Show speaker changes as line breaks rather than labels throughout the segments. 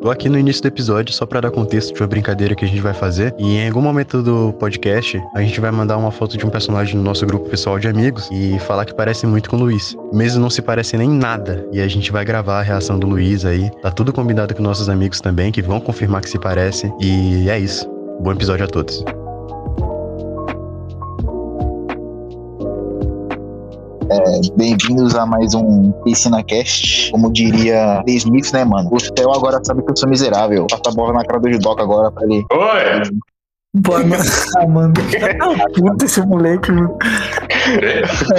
Tô aqui no início do episódio só para dar contexto de uma brincadeira que a gente vai fazer. E em algum momento do podcast, a gente vai mandar uma foto de um personagem no nosso grupo pessoal de amigos e falar que parece muito com o Luiz. Mesmo não se parecendo em nada. E a gente vai gravar a reação do Luiz aí. Tá tudo combinado com nossos amigos também, que vão confirmar que se parece. E é isso. Bom episódio a todos.
É, Bem-vindos a mais um PiscinaCast. Como diria The Smith, né, mano? O céu agora sabe que eu sou miserável. Passa a bola na cara do judoca agora pra ele.
Oi!
Boa noite,
Ah,
Amanda. Tá puta esse moleque, mano.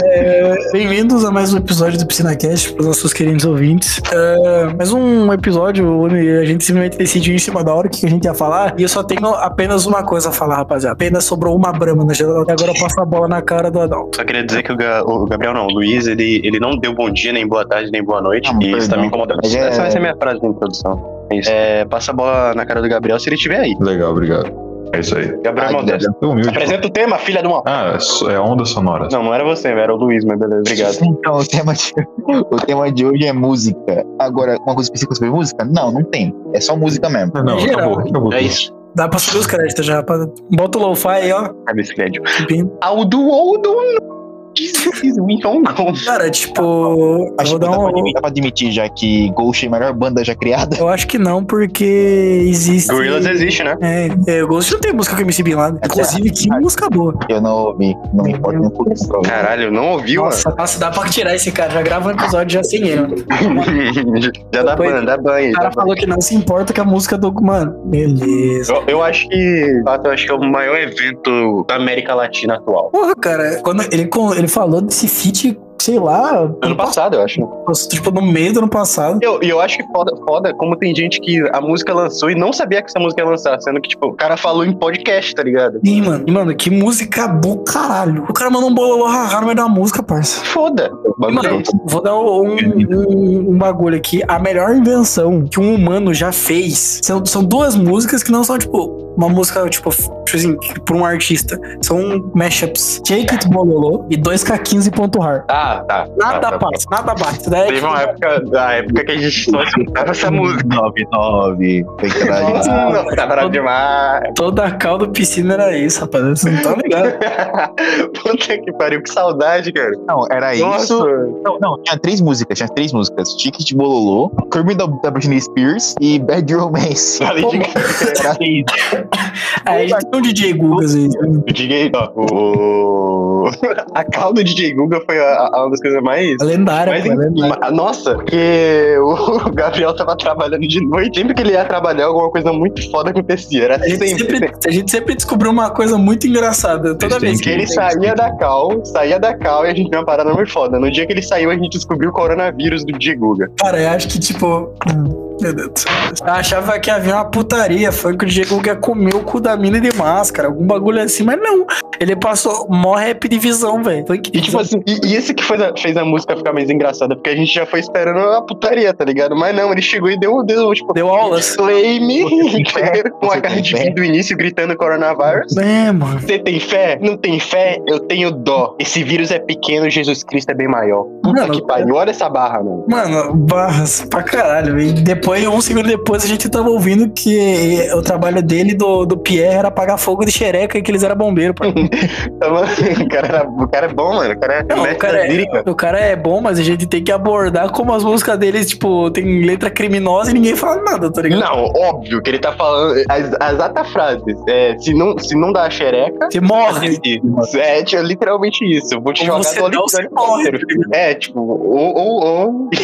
É, Bem-vindos a mais um episódio do PiscinaCast para os nossos queridos ouvintes. É, mais um episódio onde a gente simplesmente decidiu em cima da hora o que a gente ia falar. E eu só tenho apenas uma coisa a falar, rapaziada. Apenas sobrou uma brama na geral. E agora eu passo a bola na cara do Adalto.
Só queria dizer que o, Ga- o Gabriel não, o Luiz, ele, ele não deu bom dia, nem boa tarde, nem boa noite.
Não,
e isso tá
perdão.
me incomodando.
Mas é-
Essa vai ser minha frase de introdução. É isso. É, passa a bola na cara do Gabriel se ele estiver aí. Ah,
Legal, obrigado. É isso aí.
Gabriel
Ai,
Modesto.
Tô humilde.
Apresenta o tema, filha de uma.
Ah, so- é onda sonora.
Não, não era você, era o Luiz, mas beleza, obrigado.
Então, o tema, de, o tema de hoje é música. Agora, uma coisa específica sobre música? Não, não tem. É só música mesmo.
Não, não,
Geral.
acabou, acabou.
É isso.
Dá pra subir os créditos já, rapaziada. Bota o lo-fi aí, ó.
Cadê esse crédito?
Bem-
Aldo Oldo não. Diz- diz o Então não.
Cara, tipo. Eu,
Acho
vou
que
dar
dá, pra
um,
admitir, dá pra admitir já que Ghost é a melhor banda já criada.
eu acho que não, porque existe.
Gorillaz existe, né?
É, é, o Ghost não tem música com o MC Bin Laden. Inclusive, que música boa.
Eu não ouvi. Não importa. Não por isso.
Caralho, não ouviu,
Nossa, nossa, dá pra tirar esse cara. Já grava um episódio já sem ele. mano.
mano? Já dá
Depois-
banho, dá banho.
O
dá
cara
banho. Oh.
falou que não se importa com a música do. Mano, beleza.
Eu, eu acho que, de fato, eu acho que é o maior evento da América Latina atual.
Porra, cara, quando ele, con- ele falou desse feat, sei lá,
Ano passado, eu acho.
passou, tipo no meio do ano passado.
E eu, e eu acho que foda, foda como tem gente que a música lançou e não sabia que essa música ia lançar, sendo que, tipo, o cara falou em podcast, tá ligado?
Ih, mano, e, mano, que música do caralho. O cara mandou um bololô rarrar no meio da música, parça.
Foda. é
E, Mano, vou dar um, um- um bagulho aqui. A melhor invenção que um humano já fez são, são duas músicas que não são, tipo, uma música, tipo, f- tipo assim, por um artista. São mashups. Jake It Bololô e 2K15.har.
Ah, tá.
Nada
tá, tá.
bate, nada bate. Isso Daí é,
Teve uma época, da época que a gente só escutava essa música.
99. Tem que dar
Nossa.
já.
Não, tá bravo demais.
toda a calda piscina era isso, rapaz. Vocês não estão ligados.
Puta que pariu, que saudade, cara.
Não, era É isso.
Nossa.
Não, não, tinha três músicas, tinha três músicas. Ticket Bololô, Kirby da, da Britney Spears e Bad Romance.
Falei de
Era isso.
Aí a gente tem um DJ Gugas aí.
O DJ, ó, o... A calda do DJ Guga foi a, a- uma das coisas mais...
A Lendária,
Mas
pô. a lendária.
Ma- é? Nossa, porque o Gabriel tava trabalhando de noite. Sempre que ele ia trabalhar, alguma coisa
É
muito foda acontecia. Era
A gente,
sempre.
sempre, a gente sempre descobriu uma coisa muito engraçada. Toda
Eles
vez
têm
Que
que
ele saía da cal, saía da cal e a gente viu uma parada muito foda. No dia que ele saiu, a gente descobriu o coronavírus do Diguga.
Cara, eu acho que, tipo. hum, Meu Deus. do céu. Eu achava que havia uma putaria. Foi que o Diego ia comer o cu da mina de máscara. Algum bagulho assim, mas não. Ele passou mó rap de visão, velho. Foi
E
que.
tipo assim, e, e isso que fez a, fez a música ficar mais engraçada, porque a gente já foi esperando a putaria, tá ligado? Mas não, ele chegou e deu, deu tipo,
Deu aulas.
play me é
Você tem fé?
com a
Você tem
cara de
fé?
fim do início gritando coronavírus.
É, mano.
Você tem fé? Não tem fé? Eu tenho dó. Esse vírus é pequeno, Jesus Cristo é bem maior. Puta
Mano,
que pariu, olha essa barra, mano.
Mano, barras pra caralho. E depois, um segundo depois, a gente tava ouvindo que o trabalho dele e do, do Pierre era apagar fogo de xereca e que eles eram bombeiros. pô.
Tá, mano, o, cara era- o cara é bom, mano. O cara é
Não,
mestre
o cara
das
é-
líricas.
O cara é bom, mas a gente tem que abordar como as músicas deles, tipo, tem letra criminosa e ninguém fala nada, tá ligado?
Não, óbvio que ele tá falando. As, as exatas frases. É, se, não, se não dá a xereca.
Você morre.
É, tipo, literalmente isso. Eu vou te
Ou
jogar
você
do
dá ou você morre,
helicóptero. É, tipo, ou, ou, ou.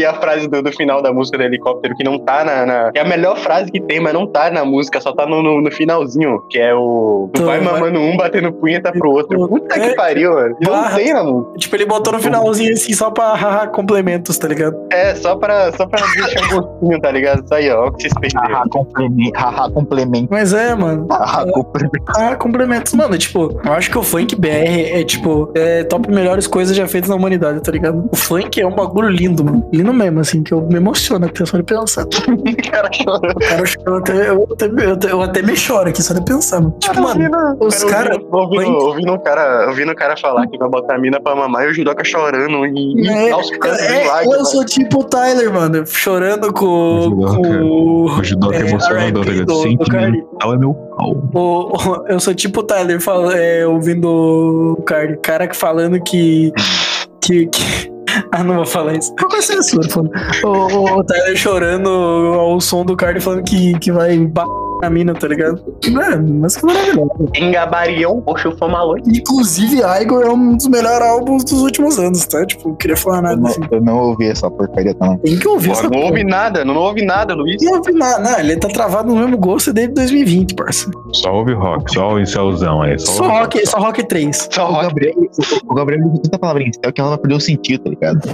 E, a frase do, do final da música do helicóptero, que não tá na, na- É a melhor frase que tem, mas não tá na música, só tá no, no, no finalzinho, que é o. Tu
Tô,
vai
vai-
mamando um, batendo punheta pro outro. Puta
É.
que pariu, mano. Não
Barra.
tem na música.
Tipo, ele botou no finalzinho assim só pra haha, complementos, tá ligado?
É, só pra, só pra deixar um gostinho, tá ligado? Isso aí, ó. O que vocês perderam.
Haha, complemento. Haha, complemento.
Mas é, mano.
Haha, complemento.
Ah, complementos. Mano, tipo, eu acho que o funk BR é, tipo, é top melhores coisas já feitas na humanidade, tá ligado? O funk é um bagulho lindo, mano. Lindo mesmo, assim, que eu me emociono até só de pensar.
O cara chorando.
Cara, eu, choro até, eu, até, eu até- eu até me choro aqui só de pensar, mano. Tipo, mano, os caras
ouvindo,
Foi?
ouvindo, um cara, ouvindo um cara falar que vai botar a mina pra mamar e o judoca chorando e, e
É,
aos cantos de
É, eu
lágrimas.
sou tipo o Tyler, mano, chorando com,
Judoca.
com
é O judoca
É,
é, emocionador, tá
RIP
ligado?
do- do
Sentimental é meu pau.
O- o- eu sou tipo o Tyler fala- é, ouvindo o cara, cara que falando que, que, que- Ah, não vou falar isso. Qual que é a censura? foda? O, o- o Tyler chorando ao som do cara falando que, que vai ba- na mina, tá ligado? Mano, mas que maravilhoso.
Engabarião, poxa, foi maluco.
Inclusive, Igor é um dos melhores álbuns dos últimos anos, tá? Tipo, não queria falar
Eu
nada
não,
assim.
eu não ouvi essa porcaria, não.
Tem que ouvir essa
Não ouve nada, não ouve nada, Luiz.
Não ouvi nada, não, ele tá travado no mesmo gosto desde 2020, parça.
Só ouve rock, só ouve céuzão aí. Só,
Só
ouve
rock, só rock 3.
Só
O
rock.
Gabriel, o Gabriel não tanta palavra em céu que ela perdeu é o sentido, tá ligado?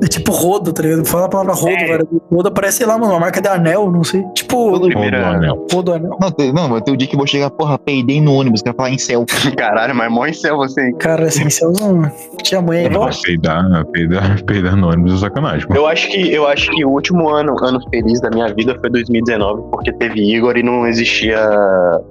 É tipo rodo, tá ligado? Fala a palavra rodo,
É.
velho. Rodo parece, sei lá, mano, uma marca de anel, não sei. Tipo,
Todo-
rock,
Primeira-
rock, anel.
rodo anel.
Não, tem- não, vai ter o dia que eu vou chegar, porra, peidei no ônibus, quero falar em céu.
Caralho, mas mó em céu você, hein?
Cara, assim, céuzão, mano. Tinha mãe aí, ó.
Nossa, Peidar, peidar, peidar no ônibus é sacanagem, mano.
Eu acho que eu acho que o último ano, ano feliz da minha vida foi 2019, porque teve Igor e não existia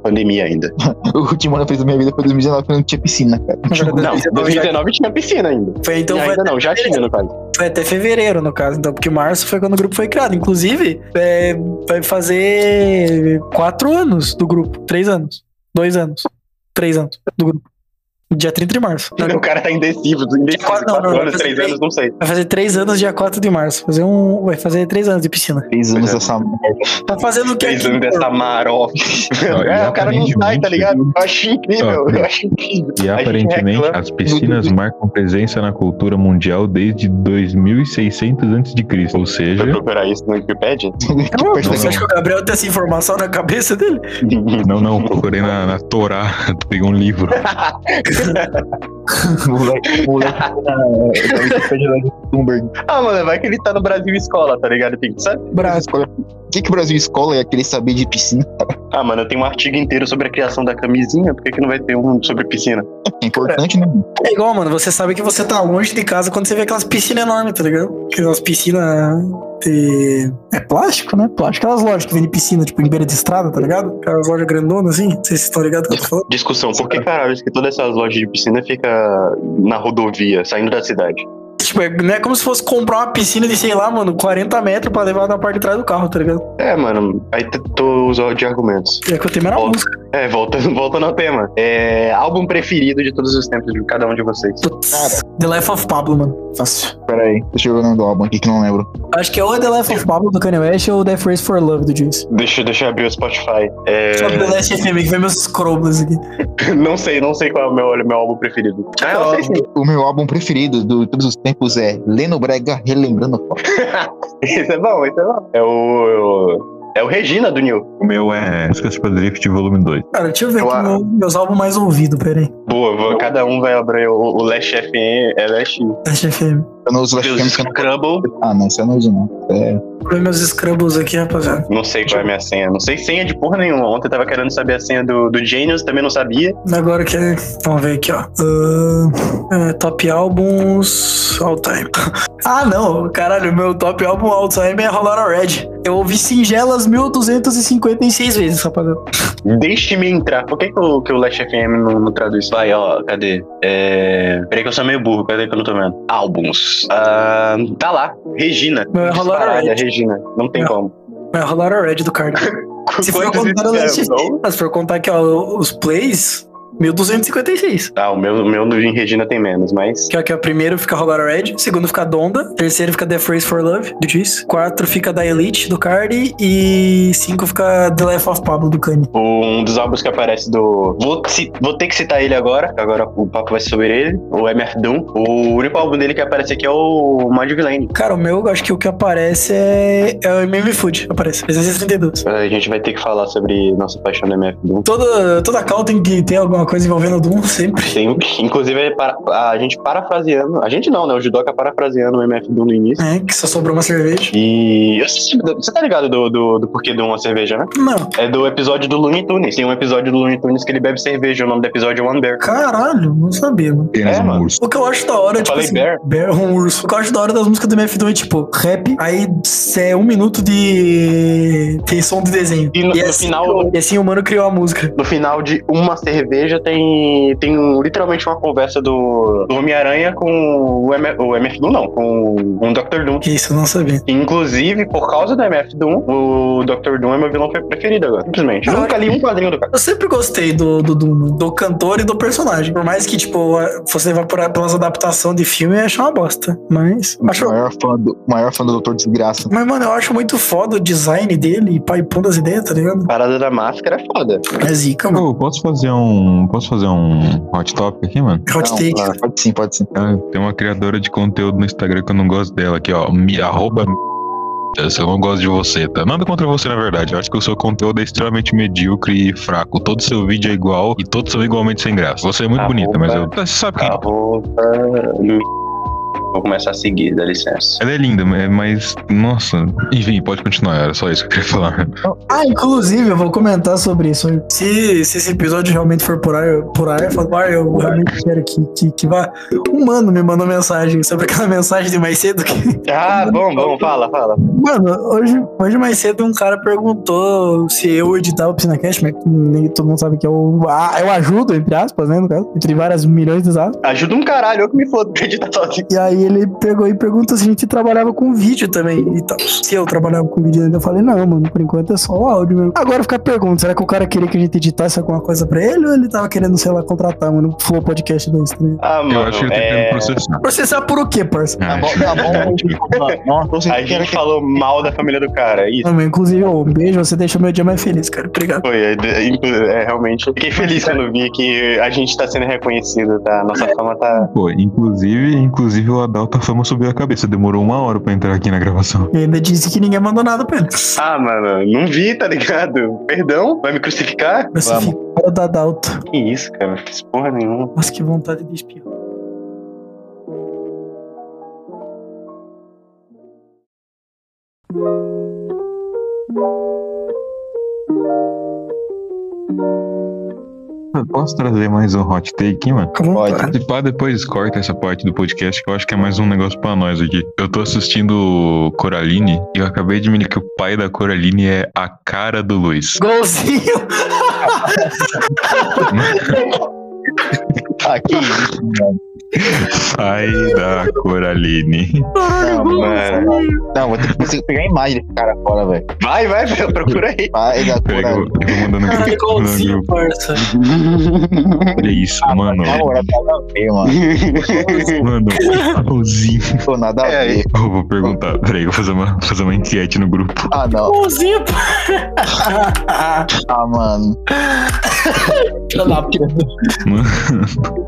pandemia ainda.
O último ano que eu fiz da minha vida foi 2019, que eu não tinha piscina, cara.
Na verdade,
Não,
2019 já-
2019 tinha piscina ainda.
Foi, então,
E
foi,
ainda não, já tinha no caso.
foi até fevereiro, no caso, então, porque março foi quando o grupo foi criado. Inclusive, é, vai fazer quatro anos do grupo. Três anos. Dois anos. Três anos do grupo. Dia 30 de março.
O cara tá indeciso, indeciso.
Quatro- não,
Quatro
não,
anos,
não,
três
não.
anos, não sei.
Vai fazer três anos dia 4 de março. Fazer um, vai fazer três anos de piscina.
Três anos
é.
dessa merda.
Tá fazendo o que
Três
aqui?
anos dessa marofa. É, o cara não sai, tá ligado? Eu acho incrível, eu acho incrível.
E
A gente
aparentemente
reclama.
as piscinas marcam presença na cultura mundial desde 2600 a.C. Ou seja,
Vai procurar isso no Wikipedia?
Não,
Que
Então, você
não.
acha que o Gabriel tem essa informação na cabeça dele?
não, não, procurei na, na Torá, peguei um livro.
Moleque, moleque. Eu tava escutando lá de Bloomberg.
Ah, mano, vai que ele tá no Brasil escola, tá ligado? Tem que saber.
Braço.
O que, que o Brasil escola ia querer saber de piscina?
Ah, mano, eu tenho um artigo inteiro sobre a criação da camisinha, por que, que não vai ter um sobre piscina?
É importante, né?
É igual, mano, você sabe que você tá longe de casa quando você vê aquelas piscinas enormes, tá ligado? Aquelas piscinas de... É plástico, né? Plástico. Aquelas lojas que vendem piscina, tipo, em beira de estrada, tá ligado? Aquelas lojas grandonas, assim. Não sei se vocês estão ligados do que eu tô falando.
Discussão, por que caralho que todas essas lojas de piscina fica na rodovia, saindo da cidade?
Tipo, é, não é como se fosse comprar uma piscina de, sei lá, mano, 40 metros pra levar na parte de trás do carro, tá ligado?
É, mano, aí t- tô usando de argumentos.
É que eu tenho a
Ó.
música.
É, voltando, voltando ao tema. É, álbum preferido de todos os tempos de cada um de vocês.
Putz, The Life of Pablo, mano. Fácil.
Pera aí, deixa eu ver o nome do álbum aqui que eu não lembro.
Acho que é ou The Life of Pablo do Kanye West ou Death Race for Love do Juice.
Deixa, deixa eu abrir o Spotify.
Só The
É,
Last FM que vem meus scroblas aqui.
não sei, não sei qual é o meu, meu álbum preferido. Ah, eu sei sim.
O meu álbum preferido de todos os tempos é Leno Brega Relembrando Fox.
Esse é bom, esse é bom. É o. É o Regina do Nil.
O meu é Esquece pra Drift, volume 2.
Cara, deixa eu ver
Eu
aqui
a-
meu- meus álbuns mais ouvidos, peraí.
Boa, vou- cada um vai abrir o, o Last FM, é Last.
Last FM.
Eu não uso Last
Deus,
Games que eu não...
Scrabble.
Ah, não, isso eu não É, uso não.
Vou ver meus scrubbles aqui, rapaziada.
Não sei qual é a minha senha. Não sei senha de porra nenhuma. Ontem eu tava querendo saber a senha do, do Genius, também não sabia.
Agora que é. Vamos ver aqui, ó. Ahn, é, top álbuns. All time. ah, não. Caralho, meu top álbum all time é Rolora Red. Eu ouvi singelas 1256 vezes, rapaziada.
Deixe-me entrar. Por que, que, o, que o Last FM não, não traduz? Vai, ó, cadê? É... Peraí que eu sou meio burro, cadê que eu não tô vendo? Álbuns. Ah, tá lá. Regina.
Não, é Rolando
Disparada,
Red.
Regina. Não tem
Não.
como.
É Rolora Red do card. Se for
Quantos
contar o Last
disseram, não?
FM. Mas se for contar aqui, ó, os plays, 1256.
Ah, o meu, o meu do em Regina tem menos, mas.
Que aqui, ó, primeiro fica Rolar Red, segundo fica Donda, terceiro fica The Phrase for Love, do Juice, quatro fica Da Elite, do Cardi, e cinco fica The Life of Pablo, do Kanye.
Um dos álbuns que aparece do. Vou, ci- vou ter que citar ele agora, que agora o papo vai ser sobre ele, o MF Doom. O único álbum dele que aparece aqui é o Mad Villain.
Cara, o meu, acho que o que aparece é, é o MM Food, aparece, 332.
A gente vai ter que falar sobre nossa paixão do MF Doom.
Toda, toda call tem que ter alguma coisa envolvendo o Doom, sempre.
Tem, inclusive, ele para- a gente parafraseando. A gente não, né? O Judoka parafraseando o MF Doom no início.
É, que só sobrou uma cerveja.
E. eu sei- Você tá ligado do, do, do porquê de uma cerveja, né?
Não,
É do episódio do Looney Tunes. Tem um episódio do Looney Tunes que ele bebe cerveja. O nome do episódio é One Bear.
caralho, não sabia, mano.
Apenas
É,
um
mano.
urso.
O que eu acho da hora,
Eu
tipo
falei
assim,
bear.
um urso. O que eu acho da hora das músicas do MF2 é tipo rap, aí é um minuto de. tem som de desenho.
E no- no
assim,
final-
e assim o mano criou a música.
No final de uma cerveja episódio tem, tem um- literalmente uma conversa do, do Homem-Aranha com o, M, o MF Doom, não, com o Dr. Doom.
Isso eu não sabia.
Inclusive, por causa do MF Doom, o Dr. Doom é meu vilão preferido agora, simplesmente. Eu nunca li um quadrinho do cara.
Eu sempre gostei do, do, do, do cantor e do personagem. Por mais que, tipo, você vá por pelas adaptações de filme e achar uma bosta. Mas.
O
Acho,
maior fã do, o maior fã do Doutor Desgraça.
mas, mano, eu acho muito foda o design dele e pai pondo as ideias, tá ligado?
Parada da máscara é foda.
É zica, mano.
Ô, posso fazer um. Posso fazer um hot topic aqui, mano?
Hot
Não,
take.
ah, pode sim, pode sim.
Ah, Tem uma criadora de conteúdo no Instagram que eu não gosto dela aqui, ó. Me arroba. Eu não gosto de você, tá? Nada contra você, na verdade. Eu acho que o seu conteúdo é extremamente medíocre e fraco. Todo seu vídeo é igual e todos são igualmente sem graça. Você é muito
Arroba.
bonita, mas eu. Você sabe que.
Arroba... tá, Vou começar a seguir, dá licença.
Ela é linda, mas- mas. Nossa. Enfim, pode continuar, era só isso que eu queria falar.
Ah, inclusive, eu vou comentar sobre isso. Se, se esse episódio realmente for por aí, por aí eu falo, "Ah, eu realmente quero que, que, que vá. Um mano me mandou mensagem sobre aquela mensagem de mais cedo que.
Ah, bom, bom, fala, fala.
Mano, hoje, hoje mais cedo um cara perguntou se eu editava o Piscinacast, mas nem todo mundo sabe que eu, ah, eu ajudo, entre aspas, né, no caso, entre várias milhões de aspas.
Ajuda um caralho, eu que me foda pra editar sozinho.
E aí ele pegou e perguntou se a gente trabalhava com vídeo também e tal. Se eu trabalhava com vídeo ainda, eu falei, não, mano, por enquanto é só o áudio mesmo. Agora fica a pergunta, será que o cara queria que a gente editasse alguma coisa pra ele ou ele tava querendo, sei lá, contratar, mano, um Flow Podcast 2, tá ligado?
Ah,
Eu
mano,
acho que ele tá
é...
querendo processar.
Processar por o quê, parça?
Tá
Ah,
bom, tá
tipo,
bom. Nossa, você
A
quer
gente falou mal da família do cara, é isso.
Mano, inclusive, ô, um beijo, você deixou meu dia mais feliz, cara. Obrigado.
Foi, é, é, é, realmente. Fiquei feliz quando vi que a gente tá sendo reconhecido, tá? Nossa fama tá.
Pô, inclusive, inclusive o Adalto Fama subiu a cabeça. Demorou uma hora pra entrar aqui na gravação.
E ainda disse que ninguém mandou nada pra ele.
Ah, mano, não vi, tá ligado? Perdão, vai me crucificar?
Você ficou da Dalto.
Que isso, cara? Não fiz porra nenhuma.
Nossa, que vontade de espirrar.
Posso trazer mais um hot take, aqui, mano?
Fica à vontade.
Se pá, depois corta essa parte do podcast que eu acho que é mais um negócio pra nós aqui. Eu tô assistindo Coraline e eu acabei de me ligar que o pai da Coraline é a cara do Luiz.
Golzinho!
Ah, que isso, mano.
Pai da Coraline.
Caralho,
Não, é.
golzinho!
Não, vou ter que você pegar a imagem desse cara fora, velho.
Vai, vai, velho, procura aí.
Pai da
Peraí que eu,
cura.
eu vou mandando um
Caralho,
grupo. vou mandando um
golzinho,
grupo.
parça.
Olha é isso, mano.
Na moral, nada a ver, mano.
Mano, golzinho.
Pô, nada a
É,
ver.
Eu vou perguntar. Peraí, eu vou fazer uma, fazer uma enquete no grupo.
Ah, não.
Golzinho, parça.
Ah, mano.
Filha da puta.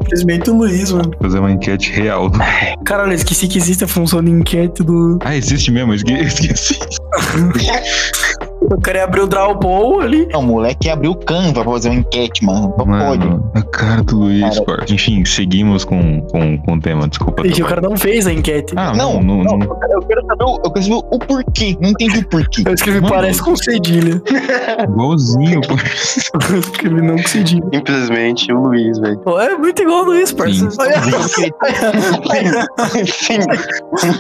Simplesmente o Luiz, mano.
Fazer uma enquete real.
Caralho, eu esqueci que existe a função de enquete do.
Ah, existe mesmo? Eu esque- eu Esqueci.
O cara ia abrir o Draw Ball ali.
Não, moleque abriu o Canva pra fazer uma enquete, mano. Não pode.
Mano, a cara do Luiz,
Cara.
corta. Enfim, seguimos com, com, com o tema. Desculpa.
E o
Tomás.
cara não fez a enquete.
Ah,
Não,
não, não, não,
Eu quero- Eu quero saber o, eu quero saber o porquê. Não entendi o porquê.
Eu escrevi
Mano.
parece com cedilha.
Igualzinho, pô.
Eu escrevi não com cedilha.
Simplesmente o Luiz, velho.
Pô, É muito igual o Luiz, parça.
Sim.
Sim.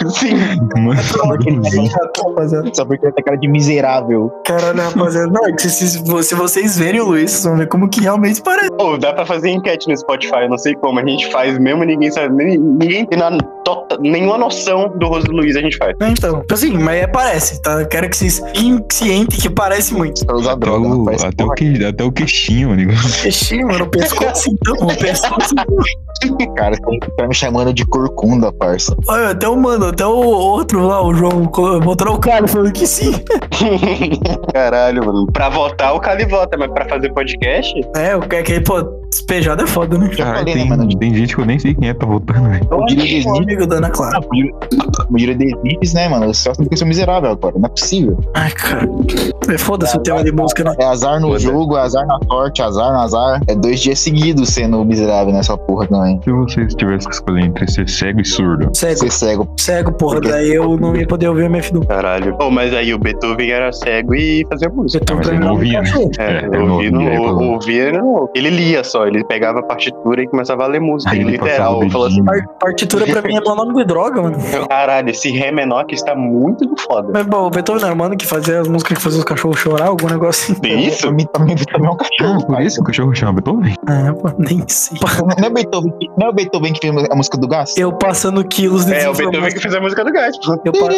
Sim.
Mano,
tá
igualzinho.
Rapaziada.
Só porque ele tem cara de miserável.
Caralho, rapaziada. Não, é que se, se- se vocês verem o Luiz, vocês vão ver como que realmente parece.
Ou dá pra fazer enquete no Spotify, eu não sei como. A gente faz mesmo, ninguém sabe. nem- Ninguém tem na- tota- nenhuma noção do rosto do Luiz, a gente faz.
Né, Então, assim, mas é parece, tá? Eu Quero que vocês incientem que parece muito.
Pra usar
até,
droga. não
o,
parece
Tá até, o
porra,
que, até o queixinho, amigo.
Fechei, mano, o pescoço então, o pescoço então.
cara. Tá me chamando de corcunda, parça.
Olha, até o mano, até o outro lá, o João, co- botou o cara falando que sim.
Caralho, mano. Pra votar, o Cali vota, mas pra fazer podcast,
É, o que é que, pô, despejado é foda, né?
Já
Cara,
falei, né,
Ah, tem,
mano?
tem gente que eu nem sei quem é, tá voltando, velho.
Eu
diria
acho que é um
que-
amigo da Ana
Ah,
Clara.
Medida de equipes, né, mano? Só porque eu sou miserável agora. Não é possível.
Ah,
Ai, cara. É, Foda-se o tema de música, né?
É azar no
Foda.
jogo, é azar na sorte, azar no azar. É dois dias seguidos sendo miserável nessa porra também.
Se vocês tivessem que escolher entre ser cego e surdo,
Cego,
Ser cego.
cego, porra. Daí eu não ia poder ouvir o MF
Tá,
do.
Caralho. Pô, mas aí o Beethoven era cego e fazia música.
Eu tô
Ah, mas ele
treinando
não ouvia, né?
cachorro.
É,
eu
eu ouvi,
não
não,
ouvia,
ou-
pô.
ouvia, ele não. Ele lia só, só, ele pegava a partitura e começava a ler música,
Aí ele
literal.
passava o
Falou assim,
Par- Partitura pra mim é monólogo e droga, mano.
caralho, esse ré menor aqui está muito foda.
Mas, bom, o Beethoven era o mano que fazia as músicas que fazia os cachorros chorar, algum negócio assim.
Tem isso?
Também, também, também é um
Ah,
cachorro.
por isso que o cachorro chama Beethoven?
Ah, pô, nem sei.
Não é, o Beethoven, que- não é o Beethoven que fez a música do gás?
Eu passando quilos de
É, o
desinformação.
Beethoven que fez a música do Gás. pô.
Eu, pa-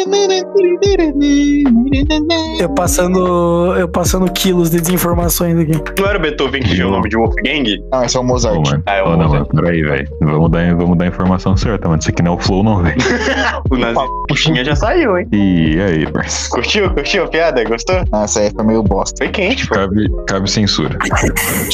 eu passando. Eu passando quilos de desinformações aqui.
Não era o Beethoven que tinha o nome de Wolfgang?
Não, esse é o Mozart.
Ô, mano.
Ah, é o
Ô, não,
Mozart.
mano, peraí, velho. Vamos dar, vamos dar a informação certa, mano. Isso aqui não é o Flow, não, velho.
O Nazi tá Puxinha já saiu, hein?
E aí, parceiro?
Curtiu? Curtiu a piada? Gostou?
Nossa, aí foi meio bosta.
Foi quente, pô.
Cabe, cabe censura.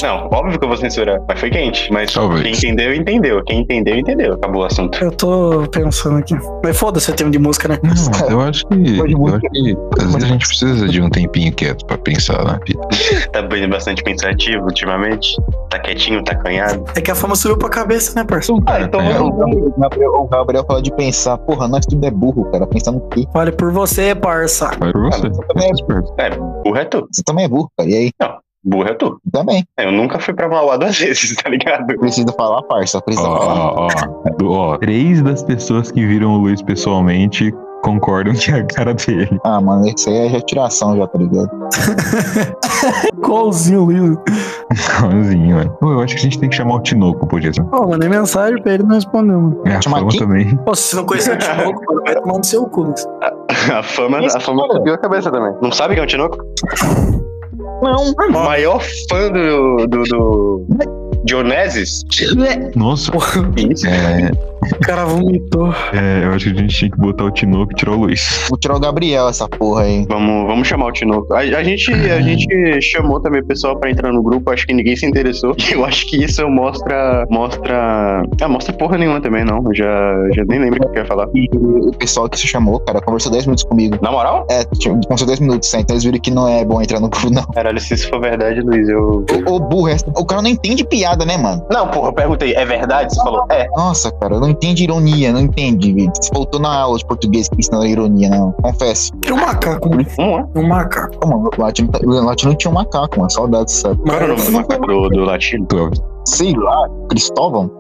Não, óbvio que eu vou censurar, mas foi quente. Mas
Talvez.
quem entendeu, entendeu. Quem entendeu, entendeu. Acabou o assunto.
Eu tô pensando aqui. Mas foda-se o tema de música, né?
Não,
Cara,
eu acho que.
pode
Eu
muito.
acho que às vezes a gente precisa de um tempinho quieto pra pensar né? na vida.
Tá bem- bastante pensativo ultimamente? Tá quietinho, tá canhado?
É que a fama subiu pra cabeça, né, parça?
Ah, então
É,
vamos-
O Gabriel, o Gabriel fala de pensar, porra, nós tudo é burro, cara. Pensar no quê?
Vale por você, parça.
Vai pra você.
Ah, você também é-
Fica esperto.
Burro é tu.
Você também é burro, cara. E aí?
Burro é tu.
Também.
Eu nunca fui pra Mauá duas vezes, tá ligado?
Precisa falar, parça. Precisa falar.
Ó, ó, ó. Do- ó. Três das pessoas que viram o Luiz pessoalmente concordam que é a cara dele.
Ah, mano, isso aí é retiração já, tá ligado?
Igualzinho, lindo.
Calzinho, mano. Pô, Eu acho que a gente tem que chamar o Tinoco pro podcast.
Pô, mandei mensagem pra ele não respondeu, mano.
É a
Chamar
fama
quem?
também.
Pô, se você não conhecer o Tinoco, mano, vai tomar no seu cu. né? Lucas.
A fama,
Isso,
a fama
cara.
subiu a cabeça também. Não sabe quem é o Tinoco?
Não.
O maior fã do. do. do... Dioneses?
Nossa.
Isso.
É,
O cara vomitou.
é, eu acho que a gente tinha que botar o Tinoco e tirar o Luiz.
Vou tirar o Gabriel essa porra aí.
Vamos, vamos chamar o Tinoco. A, a gente, a gente chamou também o pessoal pra entrar no grupo, acho que ninguém se interessou. E eu acho que isso mostra. Mostra. Ah, mostra porra nenhuma também, não. Eu já, já nem lembro o que eu ia falar.
E o pessoal que se chamou, cara, conversou 10 minutos comigo.
Na moral?
É, tipo, conversou 10 minutos, né? Então eles viram que não é bom entrar no grupo, não.
Caralho, se isso for verdade, Luiz, eu.
Ô, ô, burro, essa- o cara não entende piada, né, mano?
Não, porra, eu perguntei, é verdade? Você falou, é.
Nossa, cara, não entende ironia, não entende. velho. Você voltou na aula de português que ensinou ironia, não. Confesso.
Tem um macaco, né?
Não é.
Tem um macaco.
Pô, mano, o latino, tá- o latino tinha um macaco, mano. Saudades, sabe?
Qual era o nome do macaco do, do latino?
Tô-
sei lá, Cristóvão?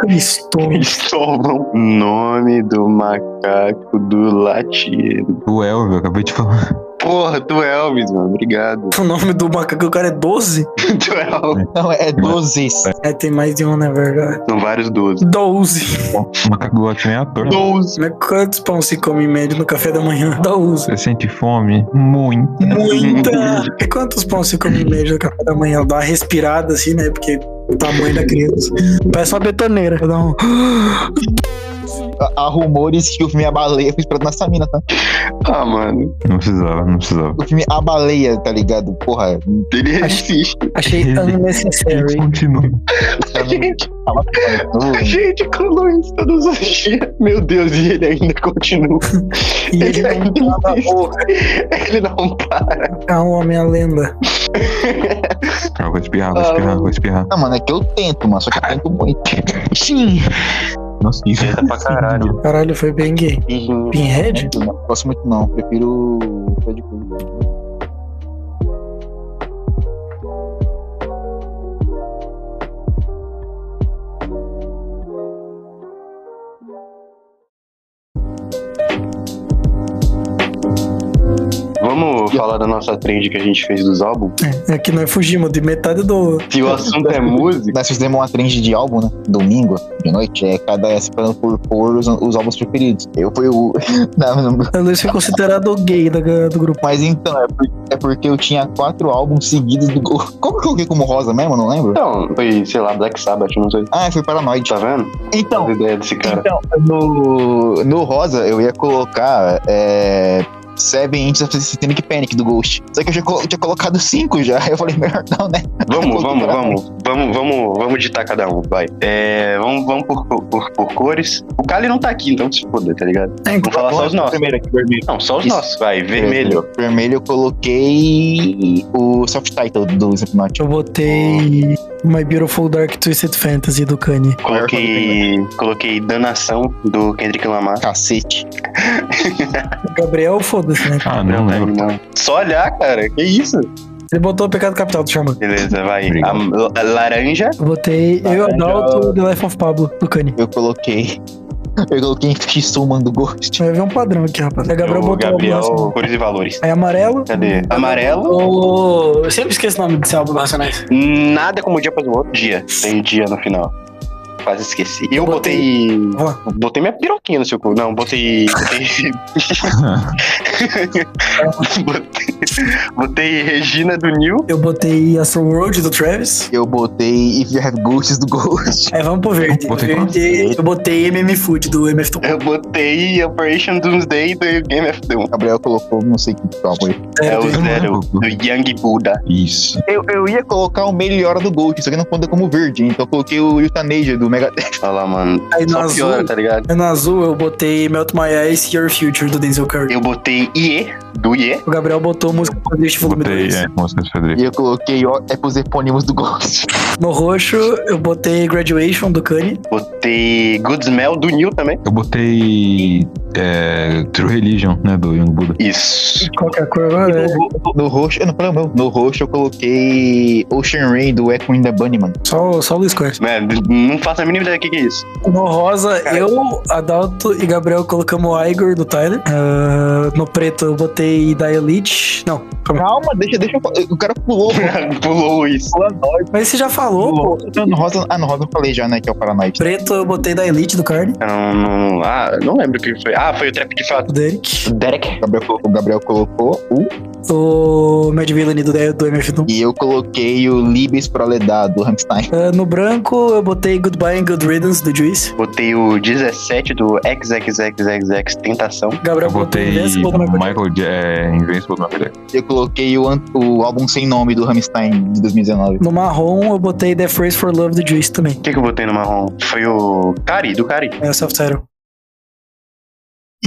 Cristo.
Cristóvão. Nome do macaco do latino.
O Elvio, eu acabei de falar.
Porra, tu é Elvis, mano. Obrigado.
O nome do macaco do cara é 12?
Tu é Elvis.
Não, é 12.
É, tem mais de um, na verdade.
São vários 12.
12.
O macaco latino é ator.
12.
Mas quantos pão se come em média no café da manhã? 12.
Você sente fome? Muito.
Muita! E quantos pão se come em média no café da manhã? Dá uma respirada assim, né? Porque o tamanho da criança. Parece uma betoneira. Dá um.
Há há rumores que o filme A Baleia foi inspirado nessa mina, tá?
Ah, mano.
Não precisava, não precisava.
O filme A Baleia, tá ligado? Porra,
Ele
Acho-
resiste.
Achei unnecessary.
Continua.
A gente, a
uh,
gente colou isso todos os dias. Meu Deus, e ele ainda continua.
E ele não cala a boca.
é Ele não para.
É um homem à lenda.
Ah, vou espirrar, vou espirrar, vou espirrar.
Não, mano, é que eu tento, mano, só que eu tento muito.
Sim. Nossa, isso é
Tá pra caralho.
Caralho, foi bem gay. Pinhead?
Eu Não gosto muito, não. Prefiro o Fred Krueger.
Vamos falar da nossa trend que a gente fez dos álbuns.
É, é que nós fugimos de metade do.
Se o assunto é música.
Nós fizemos uma trend de álbum, né? Domingo, de noite. É cada separando por por os, os álbuns preferidos. Eu fui o. Não, não,
O Luiz foi considerado o gay da, do grupo.
mas então, é por- é porque eu tinha quatro álbuns seguidos do. Como que eu coloquei como rosa mesmo? Não lembro.
Então, foi, sei lá, Black Sabbath, não sei.
Ah, foi Paranoid.
Tá vendo?
Então,
As ideias desse cara.
Então, no, no rosa eu ia colocar é, Seven Inches of Satanic Panic do Ghost. Só que eu já colo- eu tinha colocado cinco já. Aí eu falei, melhor não, né?
Vamos, vamos, vamos. Vamos, vamos, vamos ditar cada um, vai. É, vamos vamos por, por- por- por cores. O Kali não tá aqui, então se foda, tá ligado?
É,
Vamos falar só os nossos.
Primeiro aqui, vermelho.
Não, só os
Isso.
nossos, vai. Vermelho.
Vermelho eu coloquei o soft title do Slipknot.
Eu botei My Beautiful Dark Twisted Fantasy do Kanye.
Coloquei, coloquei Danação do Kendrick Lamar.
Cacete.
Gabriel, foda-se, né?
Ah, não lembro.
Só olhar, cara. Que isso?
Ele botou o pecado capital do Xamã.
Beleza, vai.
Obrigado.
Am- la- laranja.
Eu botei eu,
Laranja.
Adalto, The Life of Pablo, do Kani.
Eu coloquei. Eu coloquei Fistsuman do Ghost.
Vai ver um padrão aqui, rapaz. Aí o Gabriel
o
botou
Gabriel,
o
assim.
máximo.
cores e valores.
Aí amarelo.
Hum.
Cadê? Amarelo.
Oh, eu sempre esqueço o nome desse álbum do Racionais.
Nada como o dia após o outro. Dia. Tem dia no final. Quase esqueci. Eu botei.
Vó.
Botei minha piroquinha no seu cu. Não, botei. Botei. botei, botei Regina do Nil.
Eu botei Astro World do Travis.
Eu botei If You Have Ghosts do Ghost.
Aí vamos pro verde.
Botei
Verde, eu botei MM Food do MF Tom.
Eu botei Operation Doomsday do Game of Doom.
Gabriel colocou não sei que álbum aí.
É
Eu
o
não
zero
lembro.
do Young Buddha.
Isso.
Eu, eu ia colocar o melhor do Ghost, só que não conta como verde, então eu coloquei o Yutaneja do Mega.
Olha lá, mano.
Aí no
Só
azul,
piora, tá ligado?
aí no azul eu botei Melt My Eyes, Your Future do Denzel Curry.
Eu botei IE do IE.
O Gabriel botou música do Playlist Volume
Botei,
2.
é, música de Frederico.
E eu coloquei ó, é pros epônimos do Ghost.
No roxo eu botei Graduation do Kanye.
Botei Good Smell do Nil também.
Eu botei. É, True Religion, né? Do Young Buddha.
Isso.
Qual que é a cor agora? É.
No roxo, eu não falei o meu. No roxo eu coloquei Ocean Rain do Echo in the Bunnyman.
Só, o- só o Luiz Corte.
Mano, Né, não faço a mínima ideia do que, que é isso.
No rosa, eu, Adalto e Gabriel colocamos o Igor do Tyler. Ah, no preto eu botei Da Elite. Não, calma.
Calma, deixa, deixa eu falar. O cara pulou.
Pulou isso.
Mas você já falou, pô.
pulou. Não, no rosa, ah, no rosa eu falei já, né? Que é o Paranoid.
Preto eu botei Da Elite do Carne,
Eu não, não, ah, não lembro o que foi. Ah, foi o trap de fato.
do Derek.
Derek.
O Gabriel, colo- o Gabriel colocou o.
O Mad Villain do, do MF Doom.
E eu coloquei o Libes Proledad do Rammstein.
Ah, no branco eu botei Goodbye and Good Riddance do Juice.
Botei o 17 do XXXXX Tentação.
Gabriel
Eu botei
Invincible do Michael Jackson.
Michael Ja- é, Invincible na verdade.
Eu coloquei o, an- o álbum sem nome do Rammstein de 2019.
No marrom eu botei The Phrase for Love do Juice também.
O que, que eu botei no marrom? Foi o Cari, do Cari.
É o self-title.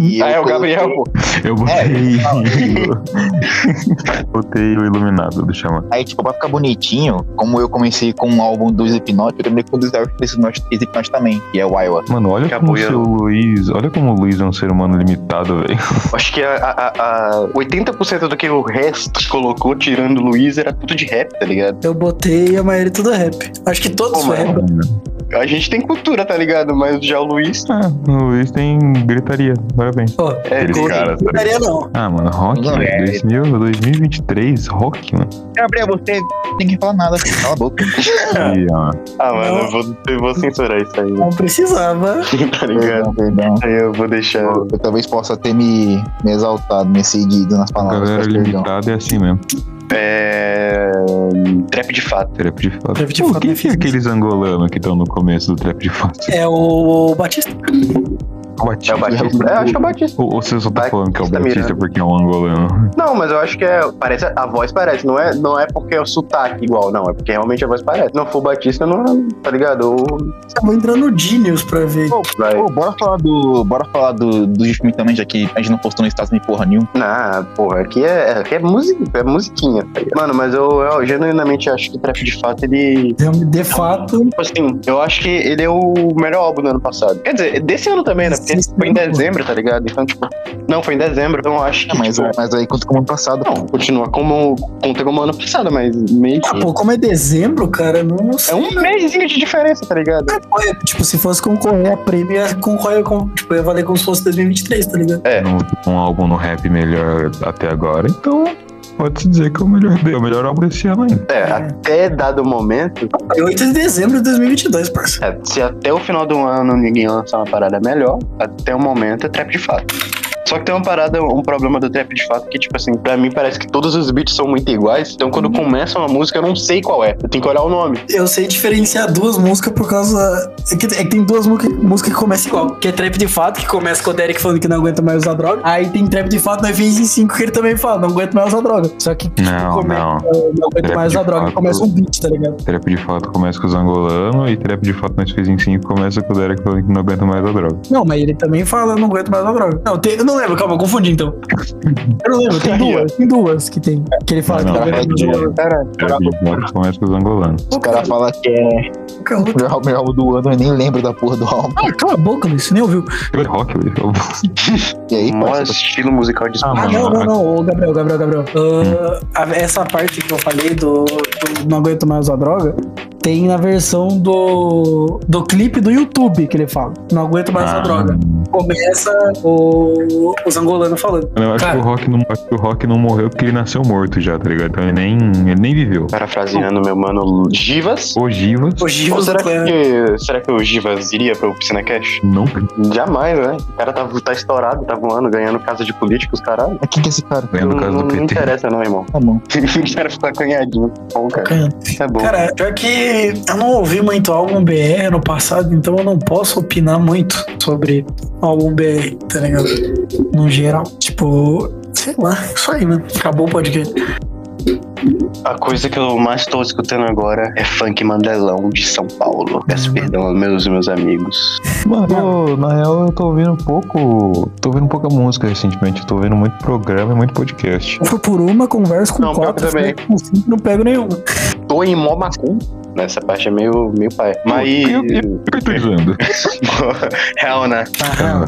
E eu coloquei-
pô.
Eu botei. botei o Iluminado do Xamã.
Aí, tipo, pra ficar bonitinho, como eu comecei com o álbum do Slipknot, eu terminei com o do Slipknot Slipknot também, que é o Iowa.
Mano, olha
Acabou
como o
eu.
seu Luiz. Olha como o Luiz é um ser humano limitado, velho.
Acho que a, a- a- a 80% do que o resto colocou, tirando o Luiz, era tudo de rap, tá ligado?
Eu botei a maioria tudo rap. Acho que todos
Ô,
foi
é?
mano.
rap.
A gente tem cultura, tá ligado? Mas já o Luiz.
Ah, o Luiz tem gritaria. Parabéns.
Ó,
É,
Aqueles
coloquei-
caras, tá ligado?
Gritaria não.
Ah, mano, rock,
Não,
velho.
é.
2000, 2023, rock, mano.
Gabriel, você tem que falar nada, filho. cala a boca.
E, ó,
Ah, mano,
Não.
eu vou, eu vou censurar isso aí,
Não precisava.
tá
Perdão,
ligado?
perdão.
Aí eu vou deixar.
Eu, eu talvez possa ter me, me exaltado, me seguido nas
a
palavras.
galera
peço perdão.
limitada é assim mesmo.
É. Trap de fato.
Trap de fato.
Trap de
Pô,
fato
quem
é
que é
físico.
aqueles angolanos que estão no começo do trap de fato?
É o Batista.
O Batista.
É o Batista? É, acho que é o Batista.
Ou ou você só tá
Batista
falando que é o
Miranda.
Batista porque é um angolano?
Não, mas eu acho que é. Parece, a voz parece. Não é, não é porque é o sotaque igual, não. É porque realmente a voz parece. Não for Batista, não. Tá ligado? Ou-
Eu vou entrar no Genius pra ver.
Vai.
Pô, bora falar do. Bora falar do, do filme também, já que a gente não postou no status nem porra nenhuma.
Ah, porra, aqui é, aqui é, musica, é musiquinha. tá ligado? Mano, mas eu, eu genuinamente acho que o Trap de Fato, ele.
Então, De
É
fato,
um
Tipo assim, eu acho que ele é o melhor álbum do ano passado. Quer dizer, desse ano também, né? Porque
Sim, sim.
foi em dezembro, tá ligado? Então, tipo. Não, foi em dezembro, então eu acho que.
Ah, mas,
tipo,
mas aí conta como ano passado.
não, continua como. Conta como ano passado, mas meio
é. ah,
que.
pô, como é dezembro, cara, não, não
É
sei.
um mêsinho de diferença, tá ligado?
É, tipo, se fosse concorrer a prêmio, ia concorrer com, tipo, ia valer como se fosse 2023, tá ligado?
É.
Não tem um álbum no rap melhor até agora, então pode-se dizer que é o melhor, dele, é o melhor álbum desse ano ainda.
É, até dado momento,
Foi 8 de dezembro de 2022, parça.
é, se até o final do ano ninguém lançar uma parada melhor, até o momento é trap de fato. Só que tem uma parada, um problema do trap de fato que, tipo assim, pra mim parece que todos os beats são muito iguais. Então quando
Uhum.
começa uma música eu não sei qual é. Eu tenho que olhar o nome.
Eu sei diferenciar duas músicas por causa. É que, é que tem duas músicas música que começam igual. Que é trap de fato, que começa com o Derek falando que não aguenta mais usar droga. Aí tem trap de fato no F5 que ele também fala, não aguento mais usar droga. Só que tipo,
Não,
começa,
não.
não aguento
Trap
mais
de
usar droga.
fato.
Começa um beat, tá ligado?
Trap de fato começa com os angolanos e trap de fato assim nós fez em 5 começa com o Derek falando que não aguenta mais a droga.
Não, mas ele também fala, não aguento mais usar droga. Não, tem- eu não lembro, calma, eu confundi então. Eu não lembro, tem duas, tem duas que tem. Que ele fala
Não,
que
não,
tá
Cara,
é
vendo
de-
de-
cara,
Cara, nós começa com os angolanos.
os caras falam que é
Qualquer outra.
o melhor, melhor álbum do ano, eu nem lembro da porra do álbum.
Ah, cala a boca, Luiz, você nem ouviu.
Eu rock, velho.
E aí,
Mó
parceiro,
estilo musical de
tá- Ah,
Ah,
mano,
não, não,
a-
não, ô, Gabriel, Gabriel, Gabriel. Ah, a- essa parte que eu falei do, do Não Aguento Mais Usar Droga tem na versão do, do clipe do YouTube que ele fala. Não aguento mais usar
Ah,
droga. Começa o, os angolanos falando.
Eu acho,
Cara.
que o rock não, acho que o Rock não morreu porque ele nasceu morto já, tá ligado? Então ele nem, ele nem viveu.
Parafraseando meu mano Givas.
Ogivas,
Hoje
Ou
os
será
clã.
que, será que o Givas iria pro Piscina Cash?
não.
Jamais, né? O cara tá, tá estourado, tá voando, ganhando casa de políticos, caralho.
quem que é esse cara?
Lembra o caso
não,
do
não
PT?
interessa, não, irmão.
Tá bom.
O cara fica acanhadinho. Bom, cara. Isso é bom.
Cara, pior que eu não ouvi muito álbum BR no passado, então eu não posso opinar muito sobre álbum BR, tá ligado? No geral. Tipo, sei lá, isso aí, mano. Acabou o podcast.
A coisa que eu mais tô escutando agora é funk mandelão de São Paulo. Peço perdão aos meus, meus amigos.
Mano, eu- na real eu tô ouvindo um pouco. Tô ouvindo pouca música recentemente. Eu tô ouvindo muito programa e muito podcast.
Eu fui por uma, converso com
Não, pior
quatro,
que também.
fico com cinco, não pego nenhuma.
Tô em mó macum. Essa parte é meio, meio pai. Mas.
Eu- eu- eu tô dizendo.
Real, né?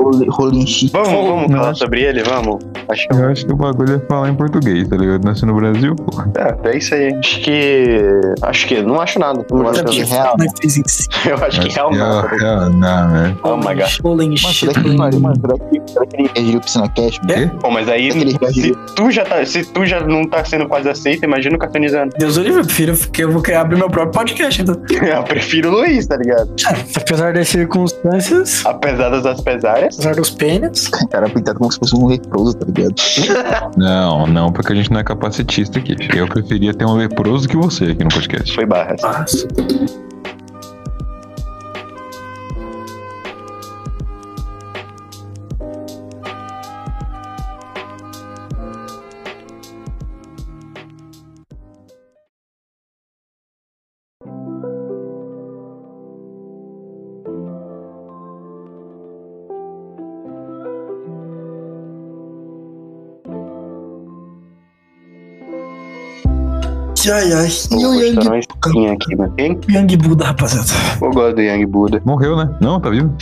Rolê- Rolê em Chico.
Vamos, vamos
Não.
falar sobre ele? Vamos. Acho que um
Eu acho que o bagulho é falar em português, tá ligado? Nasci no Brasil, pô.
é, é isso aí. Acho que. Acho que. Não acho nada.
Eu acho que é real.
Mas fez isso.
Eu acho que real não.
É, é, não, né?
Oh my God.
Olhem,
Mas
shit,
será que,
olhem.
mano, será que, será que ele reagiu pro Sinacast?
Pô, mas aí.
Será que ele reagiu?
Se tu, já tá, se tu já não tá sendo quase aceito, imagina o cartonizando.
Deus o livre, eu prefiro que eu vou criar, abrir meu próprio podcast, então.
Eu prefiro o Luiz, tá ligado?
Apesar das circunstâncias,
Apesar das pesares.
apesar dos pênis,
O cara pintado como se fosse um leproso, tá ligado?
Não, não, porque a gente não é capacitista aqui. Eu preferia ter um leproso que você aqui no podcast.
Foi barra.
mas... Ai, ai. E
Pô,
o
gostaram
Yang,
uma espinha aqui, né? mano. Quem?
Yang Buda, rapaziada.
Eu gosto do Yang Buda.
Morreu, né? Não, tá vivo?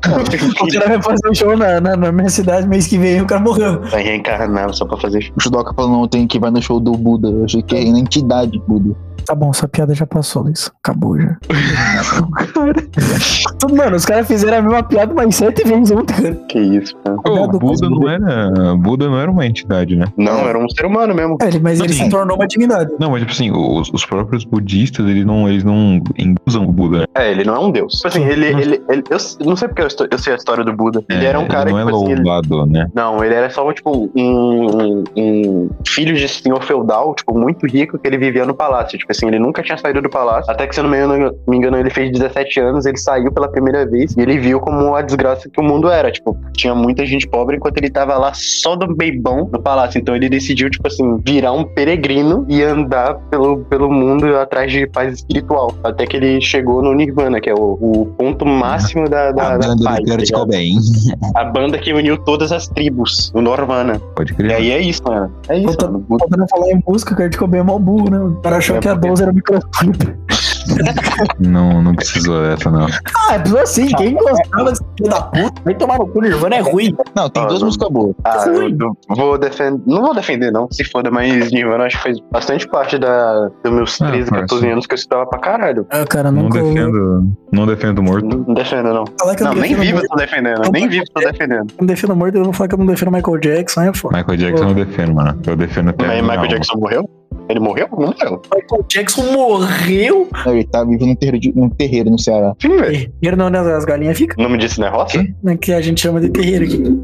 O cara vai fazer um show na, na, na minha cidade mês que vem o cara morreu.
Vai reencarnar só pra fazer.
O Judoka falou ontem que vai no show do Buda. Eu achei que era na entidade Buda.
Tá bom, essa piada já passou, Luiz. Acabou já. cara. Mano, os caras fizeram a mesma piada mais sete vezes ontem, cara.
Que isso, mano.
Ô, Buda não era. Buda não era uma entidade, né?
Não, era um ser humano mesmo.
É, ele- Mas ele se tornou uma divindade.
Não, mas tipo assim, os, os próprios budistas, eles não, eles não induzam o Buda. né?
É, ele não é um deus. Tipo assim, ele. ele, ele- eu s- não sei porque eu, estou- eu sei a história do Buda. Ele
É,
era um cara
não
que,
é
tipo assim, ele-
louvado, né?
Não, ele era só, tipo, um, um- um filho de senhor feudal, tipo, muito rico, que ele vivia no palácio. Tipo assim, ele nunca tinha saído do palácio. Até que, se eu não me engano, me engano, ele fez 17 anos, ele saiu pela primeira vez e ele viu como a desgraça que o mundo era. Tipo, tinha muita gente pobre enquanto ele tava lá só do beibão no palácio. Então ele decidiu, tipo assim, virar um peregrino e andar pelo, pelo mundo atrás de paz espiritual. Até que ele chegou no Nirvana, que é o, o ponto máximo da, da, da paz, tá ligado?
Cobain.
A banda que uniu todas as tribos, o Norvana.
Pode
E
crer.
aí é isso, mano. É isso,
Voltando-
mano.
Falta não falar em música, o cara ficou bem mal burro, né? O cara achou
É,
que a
porque-
12 era o microfone.
Não, não precisou dessa, não.
Ah, é assim, quem gostava
é.
desse filho da puta, vai tomar no cu, Nirvana é ruim.
Não, tem
Ah,
duas
não.
músicas boas.
Ah,
foi?
eu não- vou defender. Não vou defender, não, se foda, mas Nirvana acho que fez bastante parte da, dos meus
Ah,
13, 14
parça.
anos que eu estudava pra caralho.
Ah, cara,
Não
nunca.
defendo, não defendo morto.
Não, não defendo, não.
Falar que eu
Não,
não,
nem
defendo
vivo eu
morto,
tô defendendo.
Então,
Nem
tá
vivo eu tô defendendo.
não defendo morto, eu vou falar que eu não defendo Michael Jackson, aí é foda.
Michael Jackson eu não defendo, mano. Eu defendo até.
Mas
a minha
Michael
alma.
Jackson morreu? Ele morreu? Não morreu.
Michael Jackson morreu.
Não, Ele tá vivo num terreiro, de- num terreiro no Ceará.
Sim, velho.
Terreiro não, né? As galinhas ficam,
O nome disso não é roça?
né? Que a gente chama de terreiro aqui.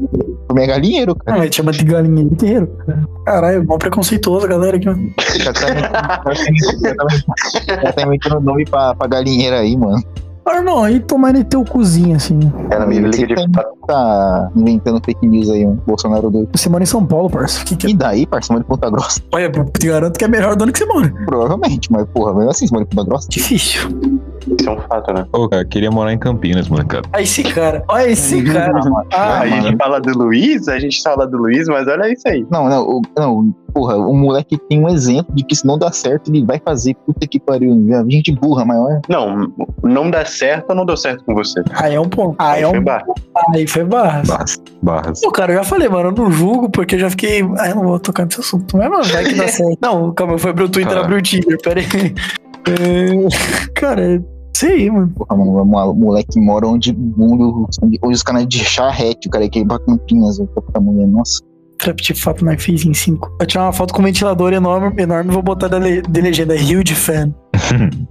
O mega galinheiro,
Ah,
cara.
mas a gente chama de galinha de terreiro. Caralho, mó preconceituoso a galera aqui, mano.
Já tá, já tá- já tá inventando nome pra, pra galinheira aí, mano.
Ah, irmão, aí tomar ele teu cozinho, assim.
Ela me É liga de.
Tá inventando fake news aí, um Bolsonaro doido.
Você mora em São Paulo, parça. Que que é?
E daí, parceiro, de Ponta Grossa?
Olha, eu te garanto que é melhor do ano que você mora.
Provavelmente, mas porra, mesmo assim, você mora em Ponta Grossa?
Difícil.
Isso é um fato, né?
Ô, cara, queria morar em Campinas, mano, cara.
Olha esse cara. Olha esse cara.
a
Ah,
mano.
gente fala do Luiz, a gente fala do Luiz, mas olha isso aí.
Não, não, o- não, porra, o moleque tem um exemplo de que se não dá certo, ele vai fazer. Puta que pariu, gente burra maior.
Não, não dá certo ou não deu certo com você?
aí é um ponto. Aí é
Foi
um
barra.
Aí foi barra.
Barras. Barras.
Pô, cara, eu já falei, mano, eu não julgo, porque eu já fiquei. Ah, eu não vou tocar nesse assunto. Mas, mano, vai que dá certo. Não, calma, eu fui abrir o Twitter,
Ah.
abri o Tinder, pera aí. É, Cara, sei, mano.
Porra, mano, o moleque mora onde o mundo. Hoje os caras de charrete, o cara é que ir pra Campinas, velho, pra mulher, nossa.
Trap de Fato Night Face em 5. Vou tirar uma foto com um ventilador enorme, enorme e vou botar da le- de legenda Huge Fan.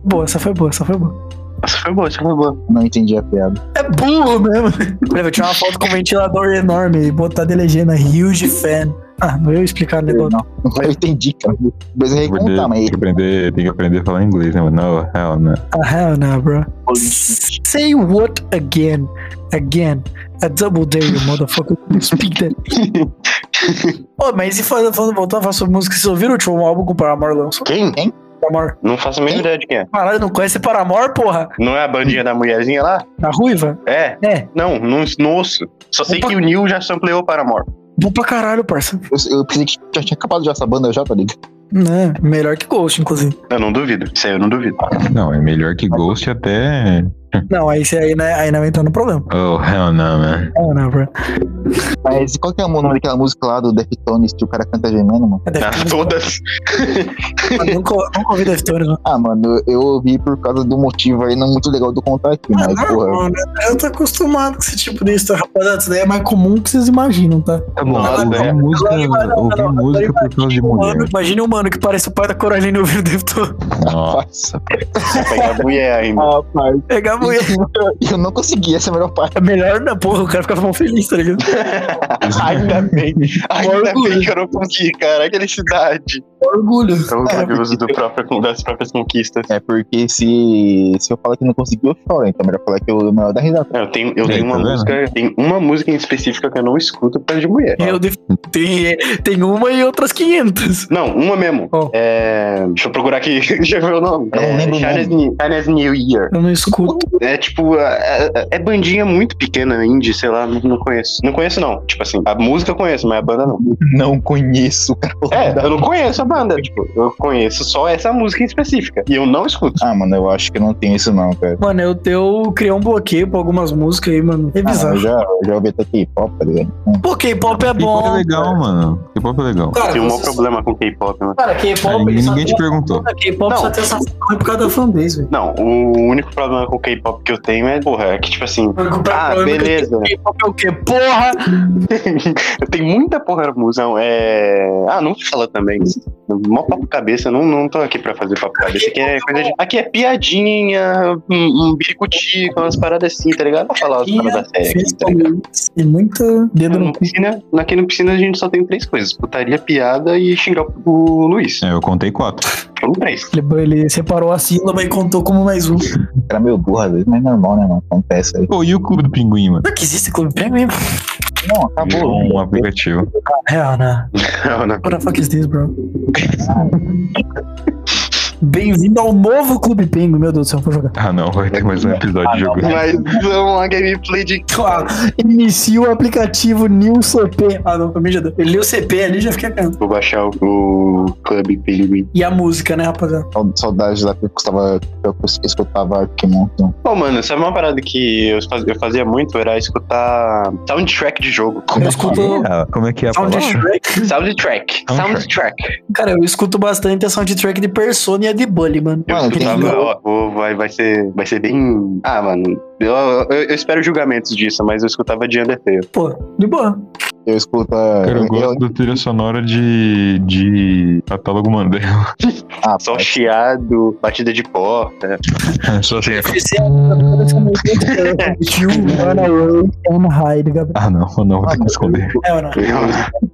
boa, essa foi boa, essa foi boa.
Isso foi boa, isso foi boa.
Não entendi a piada.
É burro mesmo. Peraí, vou tirar uma foto com um ventilador enorme e botar de legenda Huge Fan. Ah, não ia explicar o negócio.
Não, eu entendi, cara. Depois eu
Tem que
ia contar,
aprender,
mas.
tem que aprender, tem que aprender a falar inglês, né, mano? Não, hell no.
Ah, hell no, bro. Say what again? Again. A double day, you motherfucker. Speak that. oh, mas e falando, falando- voltando a falar sobre música, vocês ouviram o último álbum com o Paramore lançou?
Quem?
Paramore.
Não faço a mínima ideia de quem é.
Caralho, não conhece Paramore, porra?
Não é a bandinha da mulherzinha lá?
A ruiva?
É.
É.
Não, não, não ouço. Só sei
Opa.
que o Neil já sampleou para amor.
Bom pra caralho, parça.
Eu, eu pensei que já tinha acabado já essa banda já, tá ligado?
Né? Melhor que Ghost, inclusive.
Eu não duvido. Isso aí eu não duvido.
Não, é melhor que Ghost até.
Não, aí você aí, né, aí não vai entrar no problema.
Oh, hell no, man.
Ah, não, bro.
Mas qual que é o nome daquela música lá do Deftones que o cara canta gemendo, mano?
É
Ah,
Deftones.
todas.
Eu né? nunca, nunca ouvi Deftones, né? mano.
Ah, mano, eu ouvi por causa do motivo aí não muito legal do contar aqui, mas,
Ah, não,
porra.
mano. Eu tô acostumado com esse tipo de história. Rapaziada, isso daí é mais comum do que vocês imaginam, tá?
Tá bom,
Nossa,
ouvir
é.
música,
Agora imagina-
ouvir
agora
música por causa de mulher.
Mano, imagina um mano que parece o pai da Coraline ouvindo o Deftones.
Nossa.
Nossa.
Vou pegar a mulher ainda.
Rapaz,
Pegar a mulher.
eu não consegui, essa é a melhor parte.
É melhor na porra, o cara ficava mó feliz, tá ligado?
é
Ainda bem. Ainda
Orgulho.
bem que eu não consegui, cara. Felicidade.
Orgulho.
Tão orgulhoso É do próprio, das próprias conquistas.
É porque se, se eu falar que não consegui, eu choro, então é melhor falar que eu é melhor dar risada.
Eu tenho, eu
Aí,
tenho uma
tá vendo?
música. Tem uma música em específica que eu não escuto por causa de mulher.
Eu def... tem, é, tem uma e outras 500.
Não, uma mesmo.
Qual?
É... Deixa eu procurar aqui. Deixa eu ver o nome.
Eu não
é...
lembro o
Chinese New- Chinese New Year.
Eu não escuto.
É tipo, é, é- é bandinha muito pequena, indie, sei lá, não, não conheço. Não conheço, não. Tipo assim, a música eu conheço, mas a banda não.
Não conheço, cara.
É, eu não conheço a banda. Tipo, eu conheço só essa música em específica. E eu não escuto.
Ah, mano, eu acho que eu não tenho isso não, cara.
Mano, é eu, eu criei um bloqueio pra algumas músicas aí, mano. É
Ah, eu
bizarro.
já, eu já ouvi até K-pop, tá ligado?
Pô, K-pop
K-pop
é
é
bom.
legal, mano. K-pop é legal.
Cara,
Tem um maior
vocês-
problema com K-pop, né?
Cara, é
Aí
K-pop só
ninguém te
tem-
perguntou.
K-pop só
Não.
tem essa porra por causa da fanbase, velho.
Não, o único problema com K-pop que eu tenho é, porra, é que tipo assim. Ah, beleza.
K-pop é o quê? Porra!
Tem muita porra de música. É... Ah, não fala também. Mó papo cabeça, não, não tô aqui pra fazer papo cabeça. Aqui é, coisa de... aqui é piadinha, um, um biricutico, umas paradas assim, tá ligado? Pra falar os caras da
é
série aqui, tá ligado?
E muita dedo
No
no cu.
piscina, aqui no piscina a gente só tem três coisas: putaria, piada e xingar o Luiz.
É, eu contei quatro.
Foram três.
Ele, ele separou a sílaba e contou como mais um.
Era é meio burro às vezes, mas normal, né, mano? Acontece aí.
Pô, e o Clube do Pinguim, mano?
Não que existe clube premium?
Não, acabou.
Virou um aplicativo.
Hell no.
Não, não.
né? What the fuck is this, bro? Bem-vindo ao novo Clube Pengo, meu Deus do céu, vou jogar.
Ah, não, vai ter mais um episódio jogando.
Mas vamos a gameplay de.
Claro, inicia o aplicativo New CP. Ah, não, pra mim já deu. Ele leu CP ali já fiquei atento.
Vou baixar o, o Club Penguin.
E a música, né, rapaziada?
Sau- Saudades da época que eu estava- que eu escutava Pokémon.
Pô, mano, sabe uma parada que eu faz- eu fazia muito? Era escutar soundtrack de jogo.
Como
Eu
é
escuto-
que é? Como é que é a
um
palavra?
Soundtrack.
Soundtrack. Soundtrack.
Cara, eu escuto bastante a soundtrack de Persona e a de Bully, mano.
Eu
Mano, tem
escutava.
que-
ó, ó, vai, vai, ser, vai ser bem. Ah, mano. Eu, eu, eu espero julgamentos disso, mas eu escutava de Undertale.
Pô, de boa.
Eu escuto. eh,
Cara, eu
eu-
gosto da trilha sonora de. de. Catálogo Mandela.
ah,
Só
pai,
chiado, batida de porta.
Só assim.
You run away and hide, Gabriel.
Ah, não, não, vou ter que me esconder.
É ou não?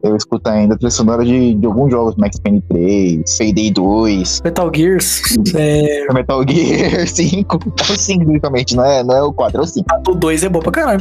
eu escuto ainda a trilha sonora de, de alguns jogos, Max Payne 3, Payday 2,
Metal Gears, é,
Metal Gear 5. É o 5, basicamente, não é, não é o 4, é o 5.
a do 2 é boa pra caralho.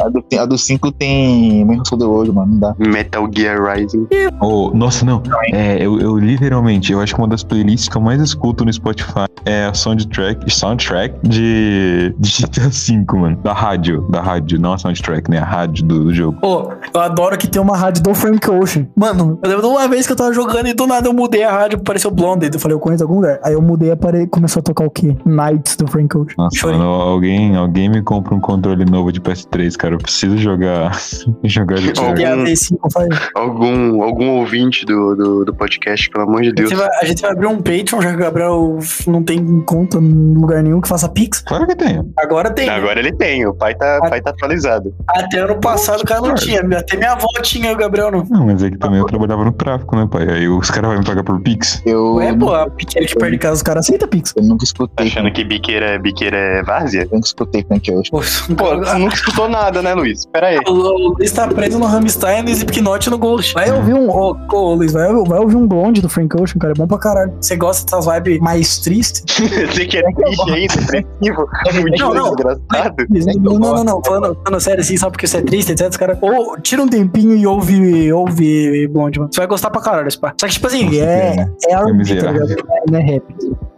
A do, a do 5 tem. Menos Soul The hoje, mano. Não dá.
Metal Gear Rising.
Oh, nossa, não. É, eu, eu literalmente, eu acho que uma das playlists que eu mais escuto no Spotify é a soundtrack, soundtrack de, de GTA V, mano. Da rádio, da rádio, não a soundtrack, né? A rádio do, do jogo.
Pô, eu adoro que tem uma rádio do Frank Ocean. Mano, eu lembro de uma vez que eu tava jogando e do nada eu mudei a rádio, apareceu Blonded. Eu falei, eu conheço algum lugar. Aí eu mudei, apare... começou a tocar o quê? Nights do Frank Ocean.
Nossa,
Chorei.
mano, alguém, alguém me compra um controle novo de PS3, cara. Eu preciso jogar. jogar GTA.
Oh,
E a D5 faz.
Algum, algum ouvinte do, do, do podcast, pelo amor de
A
Deus.
gente, vai, a gente vai abrir um Patreon, já que o Gabriel não tem conta em lugar nenhum que faça Pix.
Claro que tem.
Agora tem.
Agora ele tem, o pai tá,
Ah.
pai tá atualizado.
Até ano passado o cara não tinha. Até minha avó tinha, o Gabriel não.
Não, mas é que também eu trabalhava no tráfico, né, pai? Aí os caras vão me pagar por Pix.
Eu,
Ué, pô, a pequena que perde casa, os caras aceitam Pix.
eu nunca escutei.
Achando que biqueira é, biqueira é várzea?
Eu nunca escutei Frank Ocean.
Pô,
Pô, você nunca escutou nada, né, Luiz? Pera aí.
o o Luiz tá preso no Rammstein, no Slipknot e no Ghost.
Hum.
Vai ouvir um. Ô, ô, Luiz, vai, vai ouvir um blonde do Frank Ocean, cara. É bom pra caralho. Você gosta dessas vibes mais tristes?
Você que é triste aí, depressivo,
Não,
fudido,
Ah,
não.
desgraçado.
Não, não, não. Falando, falando sério assim, só porque você é triste, etc. Os caras. Ou tira um tempinho e ouve, ouve blonde, mano. Você vai gostar pra caralho, esse pá. Só que, tipo assim, é. É R&B, tá
miserável.
ligado? Não é rap.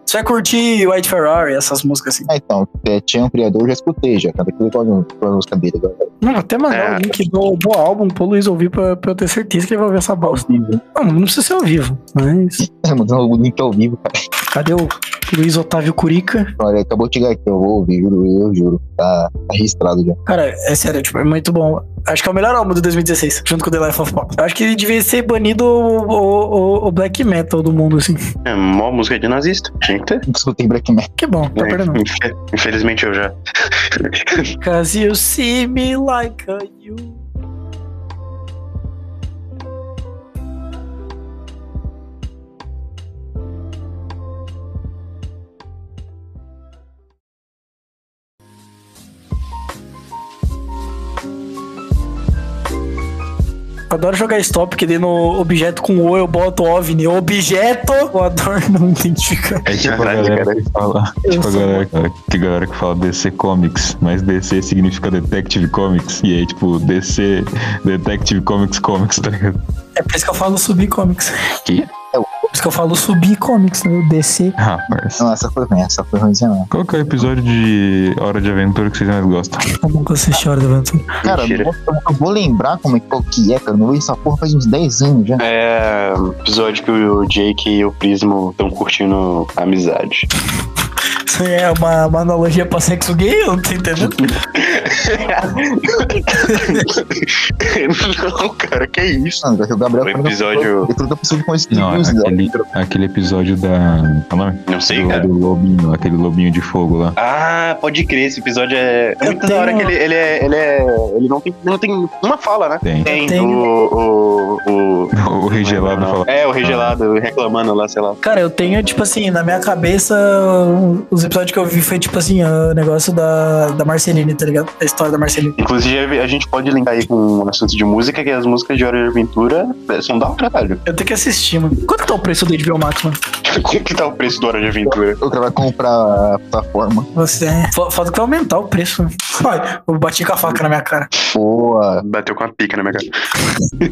Você vai curtir White Ferrari, essas músicas assim.
Ah, então, é, tinha um criador, já escutei já, cara. Que legal pra música dele agora.
Não, vou até mandar
É.
o link do, do álbum pro Luiz ouvir pra, pra eu ter certeza que ele vai ouvir essa bosta. Não, não precisa ser ao vivo, mas.
Mandando o link ao vivo, cara.
Cadê o Luiz Otávio Curica?
Olha, acabou de chegar aqui, eu vou ouvir, juro, eu juro. Tá, tá registrado já.
Cara, é sério, tipo, é muito bom. Acho que é o melhor álbum de 2016, junto com o The Life of Pop. Eu acho que ele devia ser banido o, o- o- o black metal do mundo, assim.
É mó música de nazista. Tinha que ter.
Nunca escutei Black Metal.
Que bom, tá perdendo.
Infe- Infelizmente eu já.
Cause you see me like a you. Adoro jogar stop, porque daí no objeto com O eu boto OVNI. Objeto! O adoro não identifica.
É tipo a
Caralho,
galera
cara.
que fala.
Eu
Tipo a
sou
galera, que a galera que fala DC Comics, mas DC significa Detective Comics. E aí, tipo, DC Detective Comics Comics, tá ligado?
É por isso que eu falo subir comics. É
Que?
Por isso que eu falo subir comics, né? Descer
Ah, parça.
Não, essa foi ruim, essa foi ruimzinha mesmo.
Qual que é o episódio de Hora de Aventura que vocês mais gostam?
Tá bom que eu assisti Hora da Aventura.
Cara, eu
Mentira.
vou, eu vou lembrar como é, qual que é, cara. Eu Não vejo essa porra faz uns 10 anos já.
É. Episódio que o Jake e o Prismo estão curtindo a amizade.
Isso é uma, uma analogia pra sexo gay, eu não tô entendendo.
Não, cara, que isso?
Mano, o Gabriel
O episódio-
Eu tô precisando com esse
Não, é aquele, aquele episódio da. Como é?
Não sei,
do,
cara.
do lobinho, aquele lobinho de fogo lá.
Ah, pode crer, esse episódio é. É
Eu
muito da hora
tenho-
que ele, ele é. Ele, é, ele não, tem, não tem uma fala, né?
Tem.
Tem
tenho-
o. o, o...
O regelado
Não,
fala.
É, o regelado reclamando lá, sei lá.
Cara, eu tenho, tipo assim, na minha cabeça, os episódios que eu vi foi, tipo assim, o negócio da, da Marceline, tá ligado? A história da Marceline.
Inclusive, a gente pode linkar aí com o assunto de música, que as músicas de Hora de Aventura são da hora, velho.
Eu tenho que assistir, mano. Quanto que tá o preço do HBO Max, mano?
Como que tá o preço do Hora de Aventura?
Outra vai comprar a plataforma.
Você... é, Fa- Falta que vai aumentar o preço, né? Ai, eu bati com a faca na minha cara.
Boa.
Bateu com a pica na minha cara.
I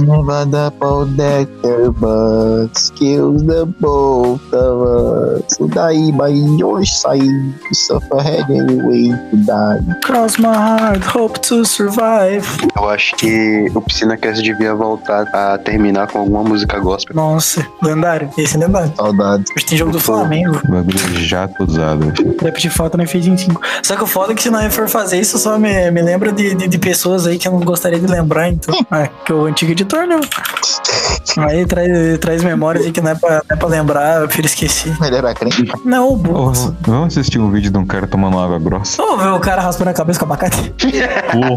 never the protector, but skills the both of us. Daí, by your side, you suffer head anyway to die.
Cross my heart, hope to survive.
Eu acho que o PiscinaCast devia voltar a terminar com alguma música gospel.
Nossa, lendário. Esse é lendário.
Saudades.
Hoje tem jogo do Flamengo.
O Bagulho jato usado.
Rap de falta não fez em 5. Só que o foda é que se nós for fazer isso, só me, me lembra de, de, de pessoas aí que eu não gostaria de lembrar, então. Ah, que o antigo editor, né? Aí traz, traz memórias aí que não é, pra, não é pra lembrar, eu prefiro esquecer.
Ele era crente. cara.
Não, o
Ô,
Bocas.
vamos assistir um vídeo de um cara tomando água grossa?
Só ver o cara raspando a cabeça com abacate.
Porra.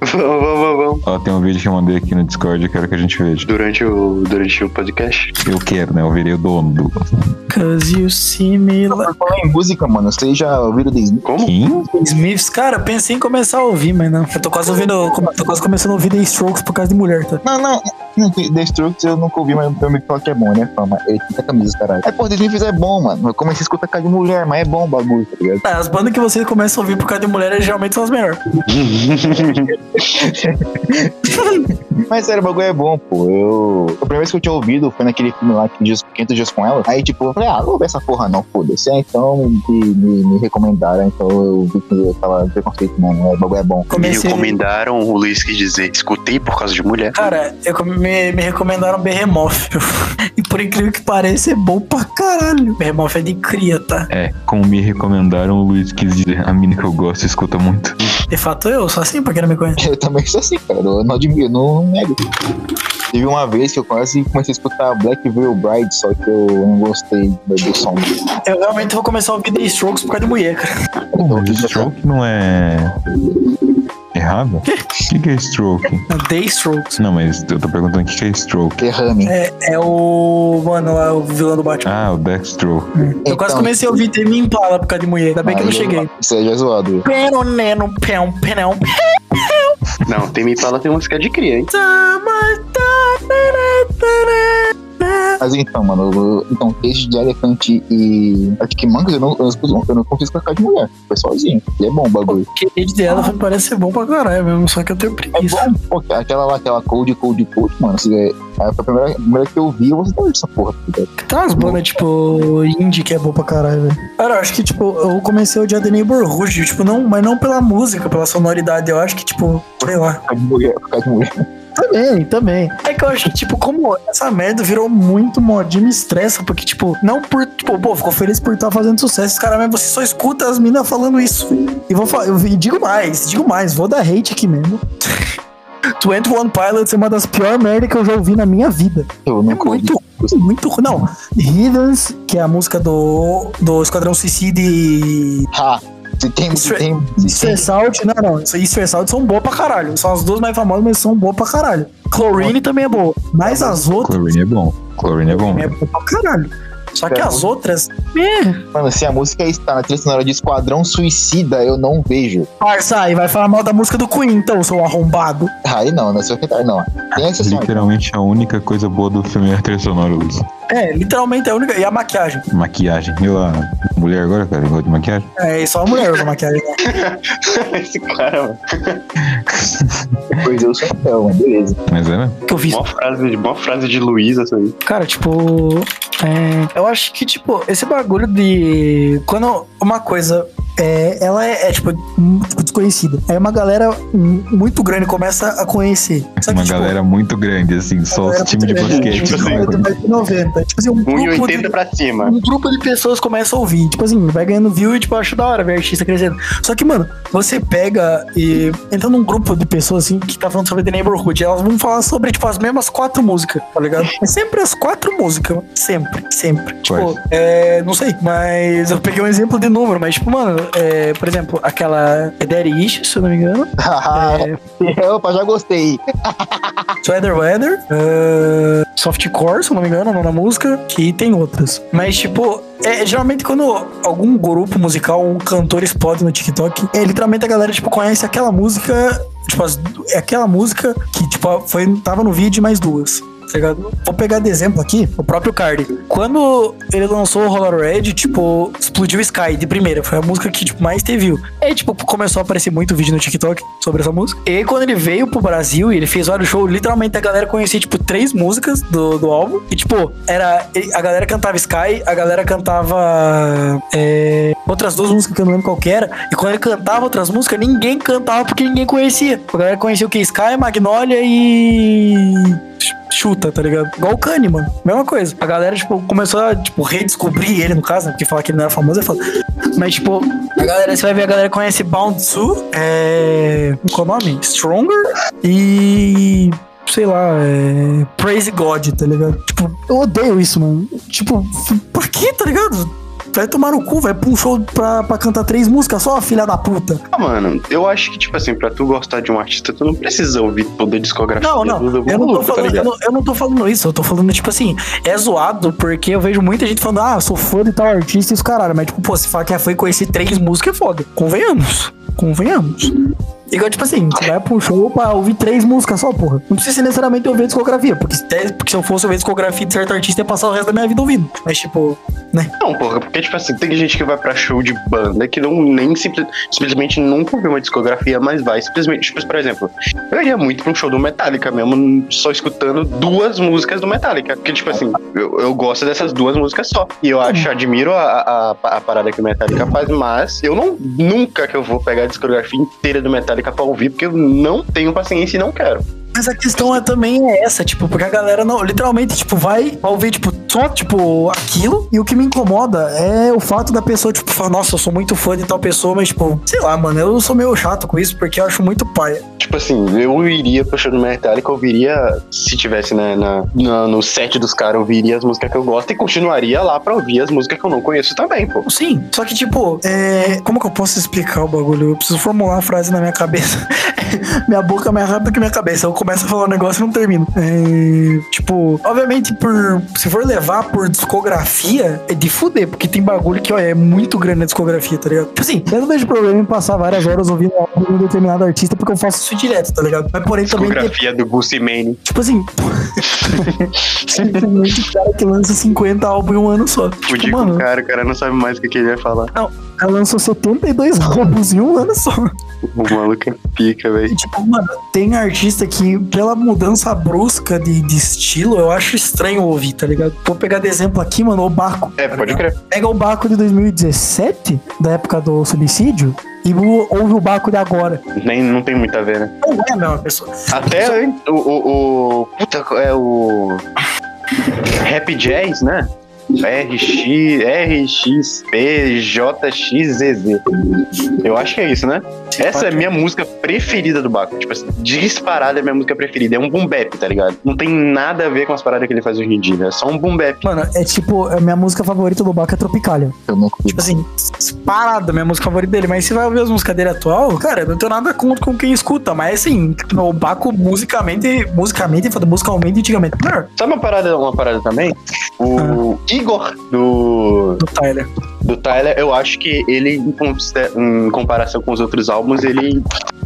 vamos, vamos, vamos.
Ó, tem um vídeo que eu mandei aqui no Discord, eu quero que a gente veja.
Durante o, durante o podcast.
Eu quero, né? Eu virei o dono do.
Cause you see me like
Por falar em música, mano, vocês já ouviram The Smiths?
Como?
Quem?
Smiths. Cara, pensei em começar a ouvir, mas não. Eu tô quase ouvindo. Tô quase começando a ouvir The Strokes por causa de mulher, tá?
Não, não. não, que Destruct eu nunca ouvi, mas meu amigo falou que é bom, né? Fama. Ele tem camisa, caralho. É, pô, Deslifes é bom, mano. Eu comecei a escutar cara de mulher, mas é bom o bagulho, tá ligado?
Tá, As bandas que você começa a ouvir por causa de mulher geralmente são as melhores.
Mas sério, o bagulho é bom, pô. Eu. A primeira vez que eu tinha ouvido foi naquele filme lá, que dias, 500 Dias com Ela. Aí, tipo, eu falei, ah, não vou ver essa porra não, foda-se. Ah, então me, me, me recomendaram, então eu vi que eu tava preconceito, mano. O bagulho é bom.
Me
Comecei.
recomendaram o Luiz que dizer, escutei por causa de mulher.
Cara, eu come- me, me recomendaram Behemoth. viu? E por incrível que pareça, é bom pra caralho. Behemoth é de cria, tá?
É, como me recomendaram, o Luiz quis dizer, a mina que eu gosto escuta muito.
De fato, eu sou assim, pra quem não me conhece.
Eu também sou assim, cara. Eu não admiro, eu não nego. Teve uma vez que eu quase comecei a escutar Black Veil Bride, só que eu não gostei do, do som.
Eu realmente vou começar a ouvir The Strokes por causa de mulher, cara.
Pô,
Então,
mas stroke não é... Errado? O que, que é stroke?
The Strokes.
Não, mas eu tô perguntando o que, que é stroke.
Derrame.
É o. Mano, é o vilão do Batman.
Ah, o backstroke.
eu quase comecei a ouvir Temi Impala por causa de mulher. Ainda bem que eu não
Aí,
cheguei.
Isso aí já é zoado.
Peroneno, peão, peão.
Não, tem Impala tem música de cria, hein?
Mas então, mano, eu- então, queijo de elefante e arquimancas, eu não, eu não, escuto- eu não confio com a cara de mulher. Foi sozinho. E é bom o bagulho.
Cage The Elephant parece ser bom pra caralho mesmo, só que eu tenho
É
preguiça.
bom. Pô, aquela lá, aquela cold, cold, cold, mano. Se, é, a primeira, a primeira que eu vi, eu gostei dessa porra. tá ligado?
Tem umas bandas, tipo, indie que é bom pra caralho, velho. Cara, eu acho que, tipo, eu comecei a odiar The Neighborhood, tipo, não, mas não pela música, pela sonoridade. Eu acho que, tipo, sei lá.
Cara de mulher, cara de mulher.
Também, também. É que eu acho que, tipo, como essa merda virou muito modinha, me estressa, porque, tipo, não por. Tipo, pô, ficou feliz por estar fazendo sucesso. Os caras, mas você só escuta as minas falando isso. E vou falar, eu e digo mais, digo mais, vou dar hate aqui mesmo. 21 Pilots é uma das piores merdas que eu já ouvi na minha vida.
Eu
É
nunca ouvi.
muito ruim, muito ruim. Não, Heathens, que é a música do, do Esquadrão Suicida e
Ha! Se tem, se
Isso- é
tem, se tem
Stress Out, não, não. Isso aí, Stress Out são boas pra caralho. São as duas mais famosas, mas são boas pra caralho. Chlorine também é boa, mas as outras
Chlorine é bom. Chlorine é bom.
é boa pra caralho. Só que as outras. É.
Mano, se a música está na trilha sonora de Esquadrão Suicida, eu não vejo.
Parça, aí vai falar mal da música do Queen, então, seu arrombado.
Aí não, não é só tentar, não. Tem essa só.
Literalmente a única coisa boa do filme é a trilha sonora, Luiz.
É, literalmente é a única. E a maquiagem.
Maquiagem. Eu, a mulher agora, cara, gosta de maquiagem.
É, e só a mulher usa maquiagem. né?
Esse cara, mano.
Pois eu sou então, mas beleza.
Mas é, né?
Que eu vi
Mó frase, de- mó frase de Luiz, essa aí.
Cara, tipo. é, eu acho que, tipo, esse bagulho de. Quando uma coisa. É, ela é, é, tipo, hum, tipo, desconhecida. Aí uma galera hum, muito grande começa a conhecer. Só que,
Uma
tipo,
galera muito grande, assim, só os
galera
times de
muito grande,
basquete. é
tipo
que
assim,
vai-
tipo, mais de 90. Tipo assim, um grupo,
1,80
de,
pra cima.
um grupo de pessoas começa a ouvir. Tipo assim, vai ganhando view e, tipo, eu acho da hora ver artista crescendo. Só que, mano, você pega e entra num grupo de pessoas, assim, que tá falando sobre The Neighborhood. Elas vão falar sobre, tipo, as mesmas quatro músicas, tá ligado? É sempre as quatro músicas. mano. Sempre, sempre. Tipo,
Quais?
é, não sei, mas eu peguei um exemplo de número, mas, tipo, mano, é, por exemplo, aquela é Daddy Issues, se eu não me engano. É,
Opa, já gostei.
Sweater Weather, eh, Softcore, se eu não me engano, a nona música, que tem outras. Mas, tipo, é, geralmente quando algum grupo musical, um cantor explode no TikTok, é, literalmente a galera, tipo, conhece aquela música, tipo, as du- é aquela música que, tipo, foi, tava no vídeo e mais duas. tá ligado? Vou pegar de exemplo aqui o próprio Cardi. Quando ele lançou o Roller Red, tipo, explodiu o Sky de primeira. Foi a música que tipo, mais teve view. E aí, tipo, começou a aparecer muito vídeo no TikTok sobre essa música. E aí, quando ele veio pro Brasil e ele fez vários shows, literalmente a galera conhecia, tipo, três músicas do, do álbum. E, tipo, era. ele- A galera cantava Sky, a galera cantava. é, outras duas músicas que eu não lembro qual que era. E quando ele cantava outras músicas, ninguém cantava porque ninguém conhecia. A galera conhecia o que? Sky, Magnolia e chuta, tá ligado? Igual o Kanye, mano. Mesma coisa. A galera, tipo, começou a, tipo, redescobrir ele, no caso, né? Porque falar que ele não era famoso é foda. Mas, tipo, a galera, você vai ver, a galera conhece Bound Su, é... Qual é o nome? Stronger e... Sei lá, é... Praise God, tá ligado? Tipo, eu odeio isso, mano. Tipo, por que, tá ligado? Vai tomar no cu, vai pra um show pra, pra cantar três músicas só, filha da puta.
Ah, mano, eu acho que, tipo assim, pra tu gostar de um artista, tu não precisa ouvir toda a discografia
Não, não.
do
Eu não, tô
maluco, tá
falando, eu,
ligado?
não, eu não tô falando isso, eu tô falando, tipo assim, é zoado, porque eu vejo muita gente falando, ah, sou fã de tal artista e os caralho, mas tipo, pô, se falar que é fã e conhecer três músicas é foda. Convenhamos. Convenhamos. Igual, tipo assim, você vai pro show pra ouvir três músicas só, porra. Não precisa necessariamente ouvir a discografia, porque, se- é, porque se eu fosse ouvir a discografia de certo artista, ia passar o resto da minha vida ouvindo. Mas, tipo,
Não, porra, porque, tipo assim, tem gente que vai pra show de banda que não nem simple- simplesmente nunca ouviu uma discografia, mas vai simplesmente. Tipo, por exemplo, eu iria muito pra um show do Metallica mesmo, só escutando duas músicas do Metallica. Porque, tipo assim, eu, eu gosto dessas duas músicas só. E eu acho, admiro a, a, a parada que o Metallica faz, mas eu não nunca que eu vou pegar a discografia inteira do Metallica pra ouvir, porque eu não tenho paciência e não quero.
Mas a questão é também é essa, tipo, porque a galera não, literalmente, tipo, vai, vai ouvir, tipo, só, tipo, aquilo. E o que me incomoda é o fato da pessoa, tipo, falar, nossa, eu sou muito fã de tal pessoa, mas, tipo, sei lá, mano, eu sou meio chato com isso, porque eu acho muito paia.
Tipo assim, eu iria pro show do Metallica, eu viria, se tivesse né, na, na- no set dos caras, eu viria as músicas que eu gosto e continuaria lá pra ouvir as músicas que eu não conheço também, pô.
Sim, só que, tipo, é, como que eu posso explicar o bagulho? Eu preciso formular a frase na minha cabeça. minha boca é mais rápida que minha cabeça. Eu começo a falar um negócio e não termino. É, tipo, obviamente, por, se for levar por discografia, é de fuder, porque tem bagulho que ó, é muito grande na discografia, tá ligado? Tipo assim, eu não vejo problema em passar várias horas ouvindo algo de um determinado artista, porque eu faço isso direto, tá ligado? Mas porém também tem
Discografia do Gucci Mane.
Tipo assim. simplesmente o cara que lança 50 álbuns em um ano só.
Fudi
Tipo,
com o
mano,
cara, o cara não sabe mais o que, que ele vai falar.
o cara lançou 72 álbuns em um ano só.
O maluco é pica, velho.
E, tipo, mano, tem artista que, pela mudança brusca de, de estilo, eu acho estranho ouvir, tá ligado? Vou pegar de exemplo aqui, mano, o Baco. tá
É, pode crer.
Pega o Baco de 2017, da época do suicídio, e o- ouve o Baco de agora.
Nem, não tem muito a ver, né?
Não é a mesma pessoa.
Até hein, o, o, o. Puta, é o. Rap Jazz, né? RX, RXP, JXZZ. Eu acho que é isso, né? Essa é a minha música preferida do Baco. Tipo assim, disparada é a minha música preferida. É um boom bap, tá ligado? Não tem nada a ver com as paradas que ele faz hoje em dia. É só um boom bap.
Mano, é tipo, a minha música favorita do Baco é Tropicalia.
Eu nunca ouvi.
Tipo assim, disparada, minha música favorita dele. Mas você vai ouvir as músicas dele atual, cara, eu não tenho nada contra com quem escuta, mas assim, o Baco musicamente, musicamente, musicalmente, antigamente, é melhor
Sabe uma parada, uma parada também? O Igor do
do Tyler.
do Tyler, eu acho que ele, em, conste- em comparação com os outros álbuns, ele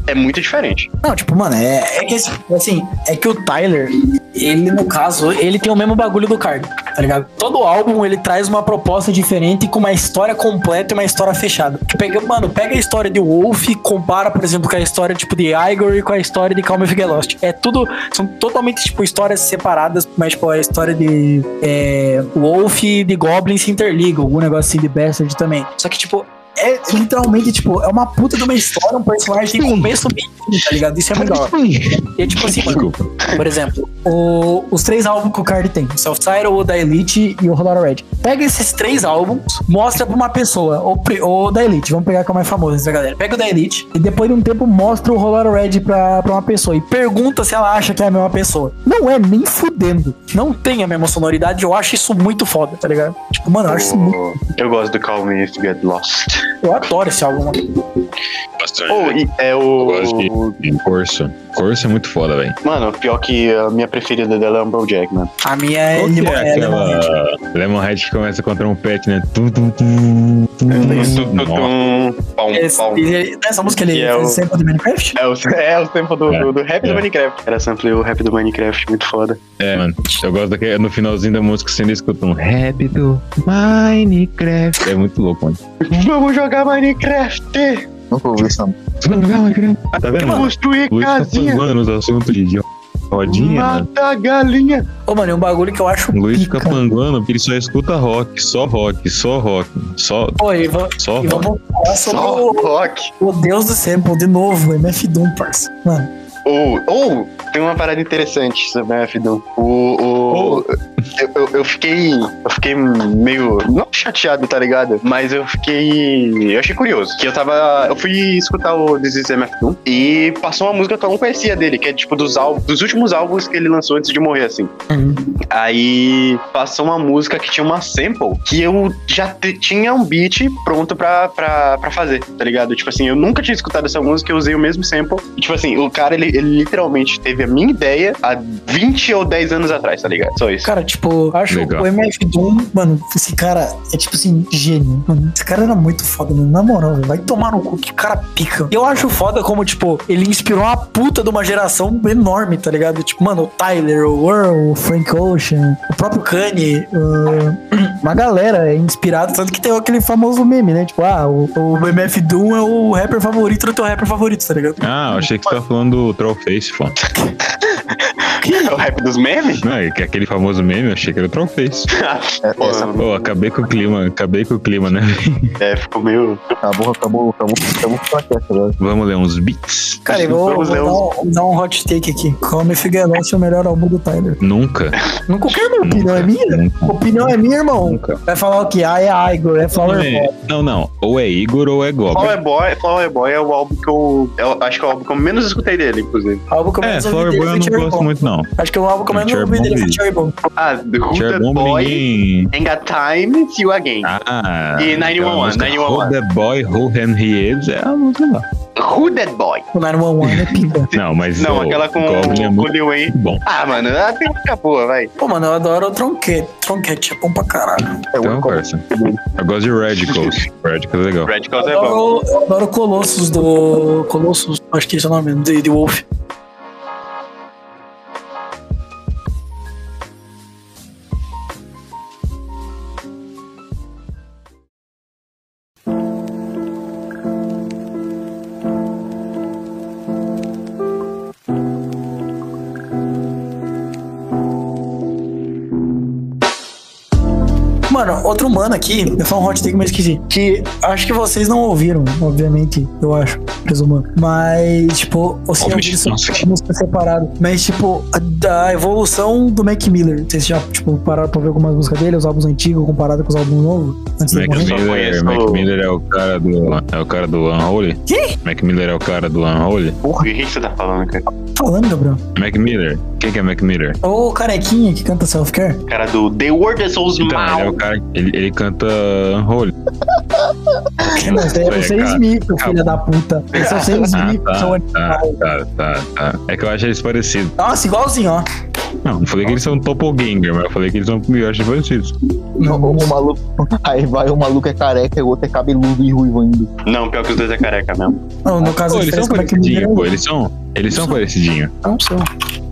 é muito diferente.
Não, tipo, mano, é, é que esse- assim, é que o Tyler, ele no caso, ele tem o mesmo bagulho do Card, tá ligado? Todo álbum ele traz uma proposta diferente com uma história completa e uma história fechada. Que Pega, mano, pega a história de Wolf, e compara, por exemplo, com a história tipo de Ivory com a história de Calm If You Get Lost. É tudo, são totalmente tipo histórias separadas, mas tipo a história de é, Wolf e de Goblin se interligam, algum negócio assim de Bastard também. Só que tipo é literalmente, tipo, é uma puta de uma história, um personagem tem começo, meio e fim, tá ligado? Isso é muito da hora. E é tipo assim, mano, por exemplo, o- os três álbuns que o Card tem, o Self-Title, o da Elite e o Roll Out of Red. Pega esses três álbuns, mostra pra uma pessoa, ou, pri- ou da Elite, vamos pegar que é o mais famoso, né, galera? Pega o da Elite e depois de um tempo mostra o Roll Out of Red pra, pra uma pessoa e pergunta se ela acha que é a mesma pessoa. Não é nem fudendo. Não tem a mesma sonoridade, eu acho isso muito foda, tá ligado? Tipo, mano, eu acho isso muito...
Eu gosto do Calm Me If You Get Lost.
Eu adoro esse álbum, mano.
Bastante.
Ou e- é
Eu gosto de-
o.
Um Corso. Corso é muito foda, velho.
Mano, pior que a minha preferida dela é Umbrojack, mano.
A minha é,
Qual que
limo-
é
é Lemonade.
aquela Lemonhead que começa com a trompete, né? Tum, tum, tum, tum, tum. Nossa,
Tum, tum, pom,
Esse-
pom.
ele- Essa música ele
Que é
fez
o-
sample de Minecraft?
É o, é o tempo do, do, do rap
É.
do Minecraft. Era sempre o rap do Minecraft, muito foda.
É, mano. Eu gosto daquele. No finalzinho da música você ainda escuta um rap do Minecraft. É muito louco, mano.
Vamos jogar Minecraft!
Nunca ouvi essa
Vamos jogar Minecraft. Tá vendo, mano?
Construir
Luiz tá
casinha!
panguando nos assuntos de rodinha, mano.
Mata a galinha!
Ô, mano, é um bagulho que eu acho
O Luiz
pica.
fica panguando porque ele só escuta rock, só rock, só rock, só,
Pô, e, va-
só
e
rock.
vamos falar sobre
Só
o,
rock!
o Deus do Sample de novo, MF Doom, parça. Mano,
Ou, ou, tem uma parada interessante sobre a F2. O, o, eu, eu, eu fiquei. Eu fiquei meio. Não chateado, tá ligado? Mas eu fiquei. Eu achei curioso. Que eu tava. Eu fui escutar o This Is MF2 e passou uma música que eu não conhecia dele, que é tipo dos álbuns, dos últimos álbuns que ele lançou antes de morrer, assim. Aí passou uma música que tinha uma sample que eu já te- tinha um beat pronto pra, pra, pra fazer, tá ligado? Tipo assim, eu nunca tinha escutado essa música, eu usei o mesmo sample. E, tipo assim, o cara, ele, ele literalmente teve a minha ideia há 20 ou 10 anos atrás, tá ligado? ligado? Só isso.
Cara, tipo, acho
Legal.
o MF Doom, mano, esse cara é tipo assim, gênio, mano. Esse cara era muito foda, mano. Na moral, velho, vai tomar no cu, que cara pica. E eu acho foda como, tipo, ele inspirou uma puta de uma geração enorme, tá ligado? Tipo, mano, o Tyler, o Earl, o Frank Ocean, o próprio Kanye, ah, uma galera é inspirada, tanto que tem aquele famoso meme, né? Tipo, ah, o, o MF Doom é o rapper favorito do teu rapper favorito, tá ligado?
Ah, eu achei que você tava falando do Trollface, pô.
É o rap dos memes?
Não, é que aquele famoso meme, eu achei que era o Trollface.
É, essa
Pô, acabei com o clima, acabei com o clima, né?
É, ficou meio.
acabou, acabou, acabou, acabou com a né? questão agora.
Vamos ler uns beats.
Cara, eu vou, vou
Vamos
dar,
ler
um, vou dar um hot take aqui. Come Figueirense é o melhor álbum do Tyler.
Nunca.
Não qualquer
um,
minha opinião é minha.
Nunca.
Opinião é minha, irmão.
Nunca.
Vai falar o que? Ah, é Igor, é
Não,
Flower Boy.
é- não, não. Ou é Igor ou é Goblin.
Flower Boy, Flower Boy é o álbum que eu, é o- Acho que é o álbum que eu menos escutei dele, inclusive.
Álbum que eu
É,
menos
Flower
ouvi
Boy eu
dele foi
não
Cherry
gosto
Bomb.
muito, é não.
Acho que é o álbum que eu menos
Cherry
ouvi dele foi
Bomb.
Cherry Bomb.
Ah, The Who
Cher
That
Bomb
Boy,
ninguém...
Ain't Got Time, See You Again.
Ah,
E 911,
aquela música
911.
Who the boy who and he is é a música lá.
Who That Boy?
O 911 é pica.
Não, mas
Não,
o
aquela com
Goblin é
o
muito
Lil Wayne.
bom.
Ah, mano, ela tem que ficar boa, vai.
Pô, mano, eu adoro o Tronquete. Tronquete é bom pra caralho.
É
Então,
o único.
parça. Eu gosto de Radicals. Radicals é legal.
Radicals
Eu
é bom.
adoro, eu adoro Colossus do... Colossus, acho que esse é o nome, de, de Wolf. Mano, outro humano aqui, eu só um hot take, mas esqueci. Que acho que vocês não ouviram, obviamente, eu acho, presumo. Mas, tipo, ou se
Obviamente,
ouviram são
não sei.
música separado. Mas, tipo, a, da evolução do Mac Miller. Vocês já, tipo, pararam pra ver algumas músicas dele, os álbuns antigos comparado com os álbuns novos? Antes dele
Mac
morrer?
só
Miller,
conheço-
Mac Miller é o cara do é o cara do Unholy?
Que?
Mac Miller é o cara do Unholy?
O que que você tá falando, cara?
Falando, Gabriel.
Mac Miller. Quem que é Mac Miller?
Ô, carequinha que canta self-care.
O cara do The World is Souls
Então, ele é
Mal.
o cara ele, ele canta Unholy.
Não, Você é o
É,
seis
cara.
mil, filha
Acabou.
da puta. Esse é o seis
Ah,
mil, seu
tá, tá,
animal.
tá, tá, tá. É que eu acho eles parecidos.
Nossa, igualzinho, ó.
Não, não falei que eles são Doppelganger, mas eu falei que eles são eu acho parecidos.
O, o maluco. Aí vai, o maluco é careca e o outro é cabeludo e ruivo ainda.
Não, pior que os dois é careca mesmo.
Não, no caso,
Pô,
a
eles são
diferença é que o Mac Miller
parecidinhos, pô. Eles são, eles são parecidinhos.
é um só.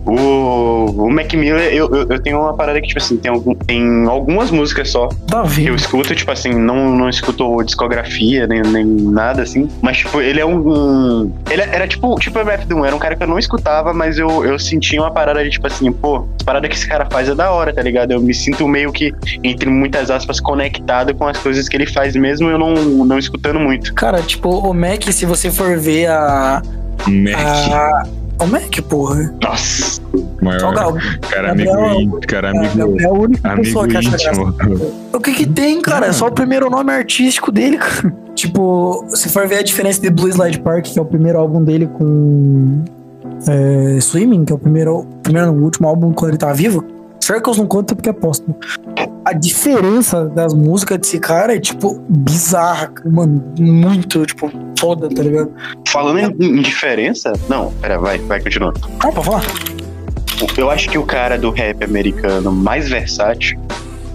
O, o Mac Miller, eu, eu, eu tenho uma parada que, tipo assim, tem, algum- tem algumas músicas só
Tá
que eu
vendo?
escuto, tipo assim, não, não escuto discografia nem, nem nada assim. Mas, tipo, ele é um. um- ele era tipo tipo MF Doom, era um cara que eu não escutava, mas eu, eu sentia uma parada de, tipo assim, pô, as paradas que esse cara faz é da hora, tá ligado? Eu me sinto meio que, entre muitas aspas, conectado com as coisas que ele faz, mesmo eu não, não escutando muito.
Cara, tipo, o Mac, se você for ver a.
Mac,
a... O Mac, porra.
Nossa!
Só Ah. o
maior,
Gabriel.
cara amigo
Gabriel-
íntimo, cara amigo,
Gabriel é a única
amigo
pessoa que acha graça.
íntimo.
O que que tem, cara? É só o primeiro nome artístico dele, cara. Tipo, se for ver a diferença de Blue Slide Park, que é o primeiro álbum dele com é, Swimming, que é o primeiro, primeiro não, o último álbum quando ele tá vivo, Circles não conta porque é póstumo. A diferença das músicas desse cara é, tipo, bizarra, cara. mano, muito, tipo, foda, tá ligado?
Falando em, em diferença. Não, pera, vai, vai, continua.
Ah, pra falar?
Eu acho que o cara do rap americano mais versátil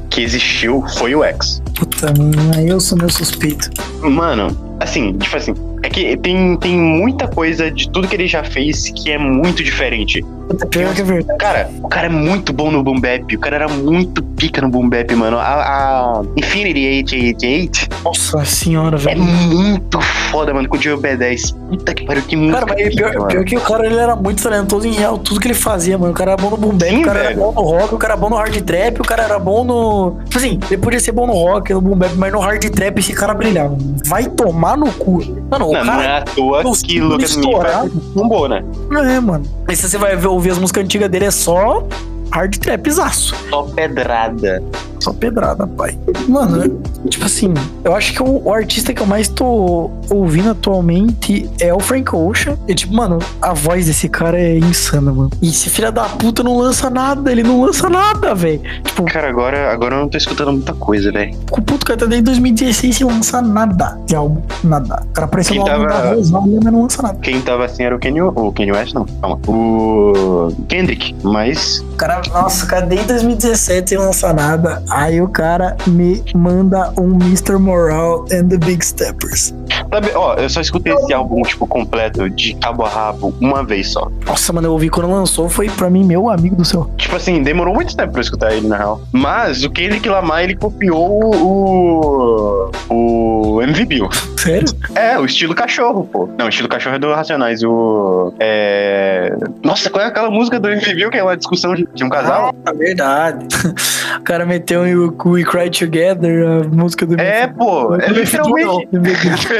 que existiu foi o X.
Puta, mano, aí eu sou meu suspeito.
Mano, assim, tipo assim, é que tem, tem muita coisa de tudo que ele já fez que é muito diferente.
Puta, pior que é verdade.
Cara, o cara é muito bom no boom bap, o cara era muito pica no boom bap, mano. A, a Infinity 888
Nossa senhora,
é
velho.
muito foda, mano, com o Joe B10. Puta que pariu, que música
Cara, mas
pica,
pior,
mano.
pior que o cara ele era muito talentoso em real, tudo que ele fazia, mano. O cara era bom no boom bap,
Sim,
o cara era
velho.
bom no rock, o cara era bom no hard trap, o cara era bom no. Tipo assim, ele podia ser bom no rock, no boom bap, mas no hard trap esse cara brilhava. Vai tomar no cu. Mano, o
Não, não
cara
é à toa
os
que
filmes
Lucas Mimpa
estourados.
bombou, né?
não é, mano. Aí se você vai ver- ouvir as músicas antigas dele, é só hard trapzaço.
Só pedrada.
Só pedrada, pai. Mano, eu- tipo assim, eu acho que o, o artista que eu mais tô ouvindo atualmente é o Frank Ocean. E tipo, mano, a voz desse cara é insana, mano. E esse filho da puta não lança nada, ele não lança nada, velho. Tipo,
Cara, agora, agora eu não tô escutando muita coisa, velho.
o puto cara tá desde 2016 sem lançar nada de álbum, nada. O cara apareceu
Quem
no álbum
tava-
da Rosalía, mas não lança nada.
Quem tava assim era o Kanye, o Kanye West, não, calma. O Kendrick, mas
O cara, nossa, cadê 2017 sem lançar nada? Aí o cara me manda um Mr. Moral and the Big Steppers.
sabe, ó, eu só escutei esse álbum tipo completo de cabo a rabo uma vez só.
Nossa, mano, eu ouvi quando lançou, foi pra mim, meu amigo do céu.
Tipo assim, demorou muito tempo pra eu escutar ele, na real. Mas o Kendrick Lamar, ele copiou o. O MV Bill.
Sério?
É, o estilo cachorro, pô. Não, o estilo cachorro é do Racionais. O. É. Nossa, qual é aquela música do MV Bill que é uma discussão de de um casal?
Ah, verdade. o cara meteu em o We Cry Together, a música do
É, pô. É literalmente.
literalmente.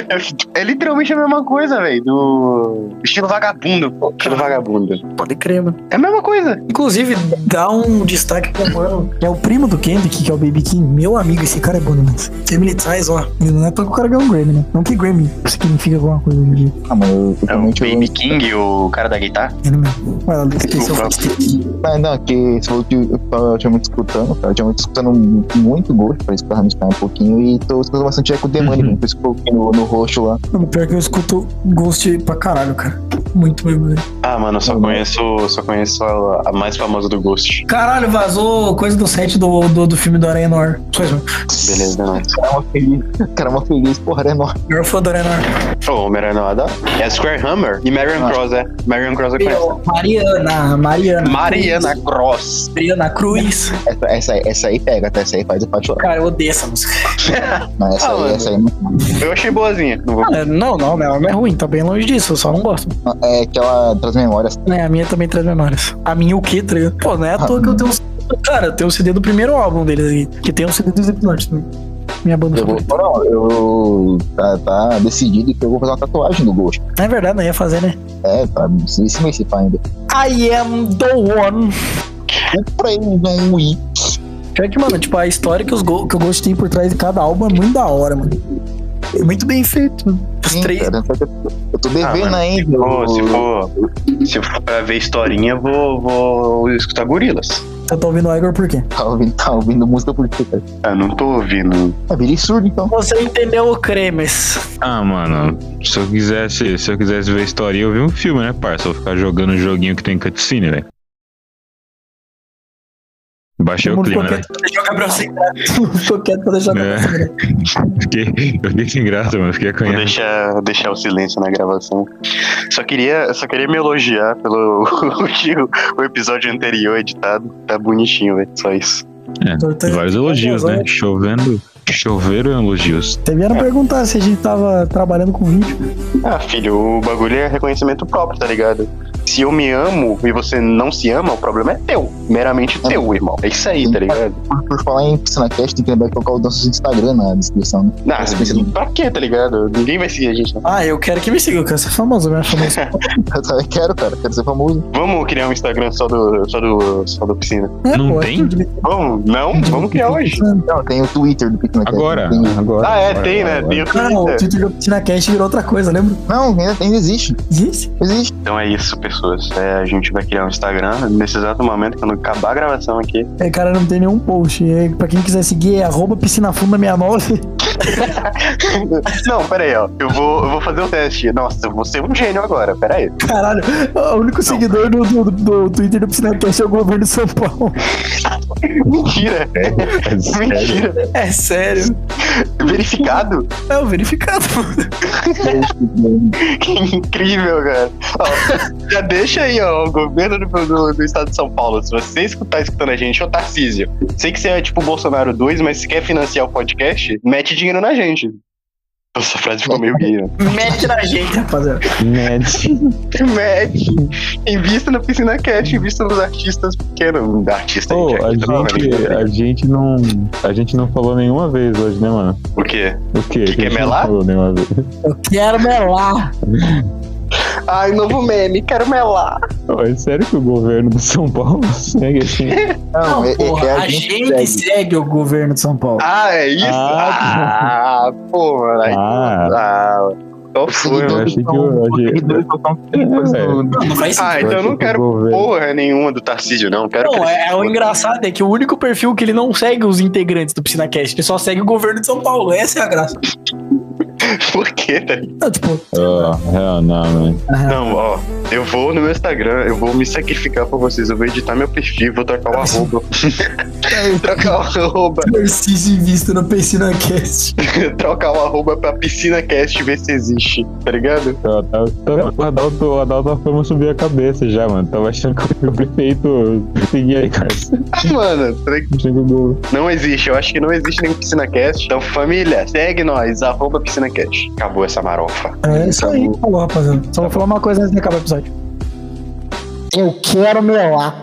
É literalmente a mesma coisa, velho. Do. Estilo vagabundo, pô. Estilo vagabundo.
Pode crer, mano.
É a mesma coisa.
Inclusive, dá um destaque pro mano. que É o primo do Kendrick, que é o Baby King. Meu amigo, esse cara é bom demais. Family Ties, ó. E Não é todo que o cara ganhou um Grammy, né? Não que Grammy significa alguma coisa hoje em dia.
Ah, mas eu
É o
totalmente
Baby King, o cara da guitarra.
É no mesmo. Vai lá, Lucas, esse é o
Desculpa.
fast
Ah, não, que se for de- eu tava- eu tinha muito escutando, cara. Eu tinha muito escutando muito gosto pra escutar Rammstein um pouquinho. E tô escutando bastante Echo Demônio,
Uhum.
mano, por isso que eu coloquei no, no roxo lá.
Mano, pior que eu escuto Ghost pra caralho, cara. Muito mesmo, velho.
Ah, mano, eu só
Uhum.
conheço. Só conheço a, a mais famosa do Ghost.
Caralho, vazou coisa do set do, do, do filme do Aranha Noir. Coisa,
Beleza, né? não.
O cara é uma feliz, o cara é uma feliz, porra, é nóis.
melhor fã do Aranha Noir.
Ô, Homem-Aranha não é da- É Square Hammer e Marion
Ah.
Cross, é. Marion Cross eu conheço.
Mariana, Mariana.
Mariana Cross.
Mariana Cruz.
Essa, essa, aí- essa aí pega, tá? Essa aí faz o pai chorar.
Cara, eu odeio essa música.
Não, essa
Ah,
aí,
mano.
essa aí não.
Eu achei boazinha. Não vou...
não, não, não, não Ah, é ruim, tá bem longe disso, eu só não gosto.
É aquela das memórias.
É, a minha também traz memórias. A minha o quê, tá ligado? Pô, não é à toa que eu tenho um CD. Cara, eu tenho um CD do primeiro álbum deles aí, que tem um CD dos episódios também. Minha banda
Eu vou,
favorita.
não, eu tá, tá decidido que eu vou fazer uma tatuagem no gosto.
É verdade, não ia fazer, né?
É, tá, se se mês se pá ainda.
I am the one.
Comprei um i.
Pior que, mano, tipo, a história que, os go- que o Ghost tem por trás de cada álbum é muito da hora, mano. É muito bem feito. mano. Os
Sim,
três.
cara, só que Eu tô
Ah,
devendo
mano,
ainda.
se for-
o-
se for, se for pra ver historinha, vou, vou escutar gorilas.
Eu tô ouvindo o Igor por quê?
Tá ouvindo, tá ouvindo música por quê, cara?
Ah, não tô ouvindo.
Ah, virei surdo então.
Você entendeu o Cremes.
Ah, mano, se eu quisesse, se eu quisesse ver historinha, eu vi um filme, né, parça? Eu vou ficar jogando joguinho que tem cutscene, velho. Baixei o clima, né?
Joga pra você. Ficou quieto pra deixar
É. Fiquei, eu fiquei sem graça, mano. Fiquei
Uhum.
Vou
acanhado.
deixar, vou deixar o silêncio na gravação. Só queria, só queria me elogiar pelo o, episódio anterior editado. Tá bonitinho, velho. Só isso.
Então,
Vários elogios, né? Chovendo. Choveram elogios.
Até vieram perguntar se a gente tava trabalhando com vídeo.
Ah, filho, o bagulho é reconhecimento próprio, tá ligado? Se eu me amo e você não se ama, o problema é teu. Meramente teu, irmão. É isso aí, tá ligado?
Por, por falar em PiscinaCast, tem que lembrar de colocar os nossos Instagram na descrição, né?
Não, você pensa, pra quê, tá ligado? Ninguém vai seguir a gente, não.
Ah, eu quero que me siga, eu quero ser famoso, né? eu acho famoso.
Eu também quero, cara. Quero ser famoso.
Vamos criar um Instagram só do, só do, só do piscina.
É,
Não
pô,
tem?
acho que-
Vamos? Não? Vamos criar é hoje.
Não, tem o Twitter do PiscinaCast.
Agora,
Tem-
agora.
Ah, é,
agora,
tem, né?
agora.
Tem o
Não, o
Twitter.
Twitter da Tina Cash virou outra coisa, lembra?
Não, ainda, ainda existe.
Existe?
Existe.
Então é isso, pessoas. É, a gente vai criar um Instagram nesse exato momento, quando acabar a gravação aqui.
É, cara, não tem nenhum post. É, pra quem quiser seguir, é arroba piscinafunda69.
Não, pera aí, ó. Eu vou, eu vou fazer o teste. Nossa, eu vou ser um gênio agora, pera aí.
Caralho, o único seguidor do, do, do Twitter do Piscina Cash é o governo de São Paulo.
Mentira,
É sério.
mentira.
É sério?
Verificado?
É o verificado.
Que incrível, cara. Ó, já deixa aí, ó, o governo do, do- do estado de São Paulo. Se você escutar escutando a gente, ô Tarcísio. Sei que você é tipo Bolsonaro 2, mas se quer financiar o podcast, mete dinheiro na gente. Essa frase ficou meio né? guia.
Mete na gente, rapaziada.
Mete. Invista na piscina cat, invista nos artistas pequenos. Artista
Pô,
gente,
a
tá falando,
gente,
né?
a gente não. A gente não falou nenhuma vez hoje, né, mano?
O quê?
O quê?
Que
a gente
quer
não
melar?
falou nenhuma vez.
Eu quero melar.
Ai, novo meme, quero melar.
Ô, é sério que o governo de São Paulo segue assim?
Não,
é- é-
porra,
é
a, gente segue. o governo de São Paulo.
Ah, é isso? Ah,
Ah,
pô, mano. aí-
Ah,
Ah, qual foi,
eu
mano?
achei que eu. Achei... É,
Não, não faz
Ah,
sentido.
então
achei
eu não
que o
quero
governo-
porra nenhuma do Tarcísio, não. Quero
Não,
que ele
é,
se
o
foda.
engraçado é que o único perfil que ele não segue os integrantes do PiscinaCast, ele só segue o governo de São Paulo. Essa é a graça.
Por quê, tá ligado?
Não, tipo,
Ah, é, não, né?
Não, ó. Eu vou no meu Instagram, eu vou me sacrificar pra vocês. Eu vou editar meu perfil, vou trocar o arroba. trocar o arroba.
Narciso visto no PiscinaCast.
trocar o arroba pra piscinacast ver se existe, tá ligado?
O Adalto- o Adalto, o Adalto tá pra subir a cabeça já, mano. Tava achando que o prefeito seguia aí, cara.
Ah, mano, tá ligado?
Achei que o go-
não existe. Eu acho que não existe nem piscinacast. Então, família, segue nós, arroba piscinacast. Acabou essa marofa.
É isso aí, falou, rapaziada. Só vou falar uma coisa antes de acabar o episódio. Eu quero melar.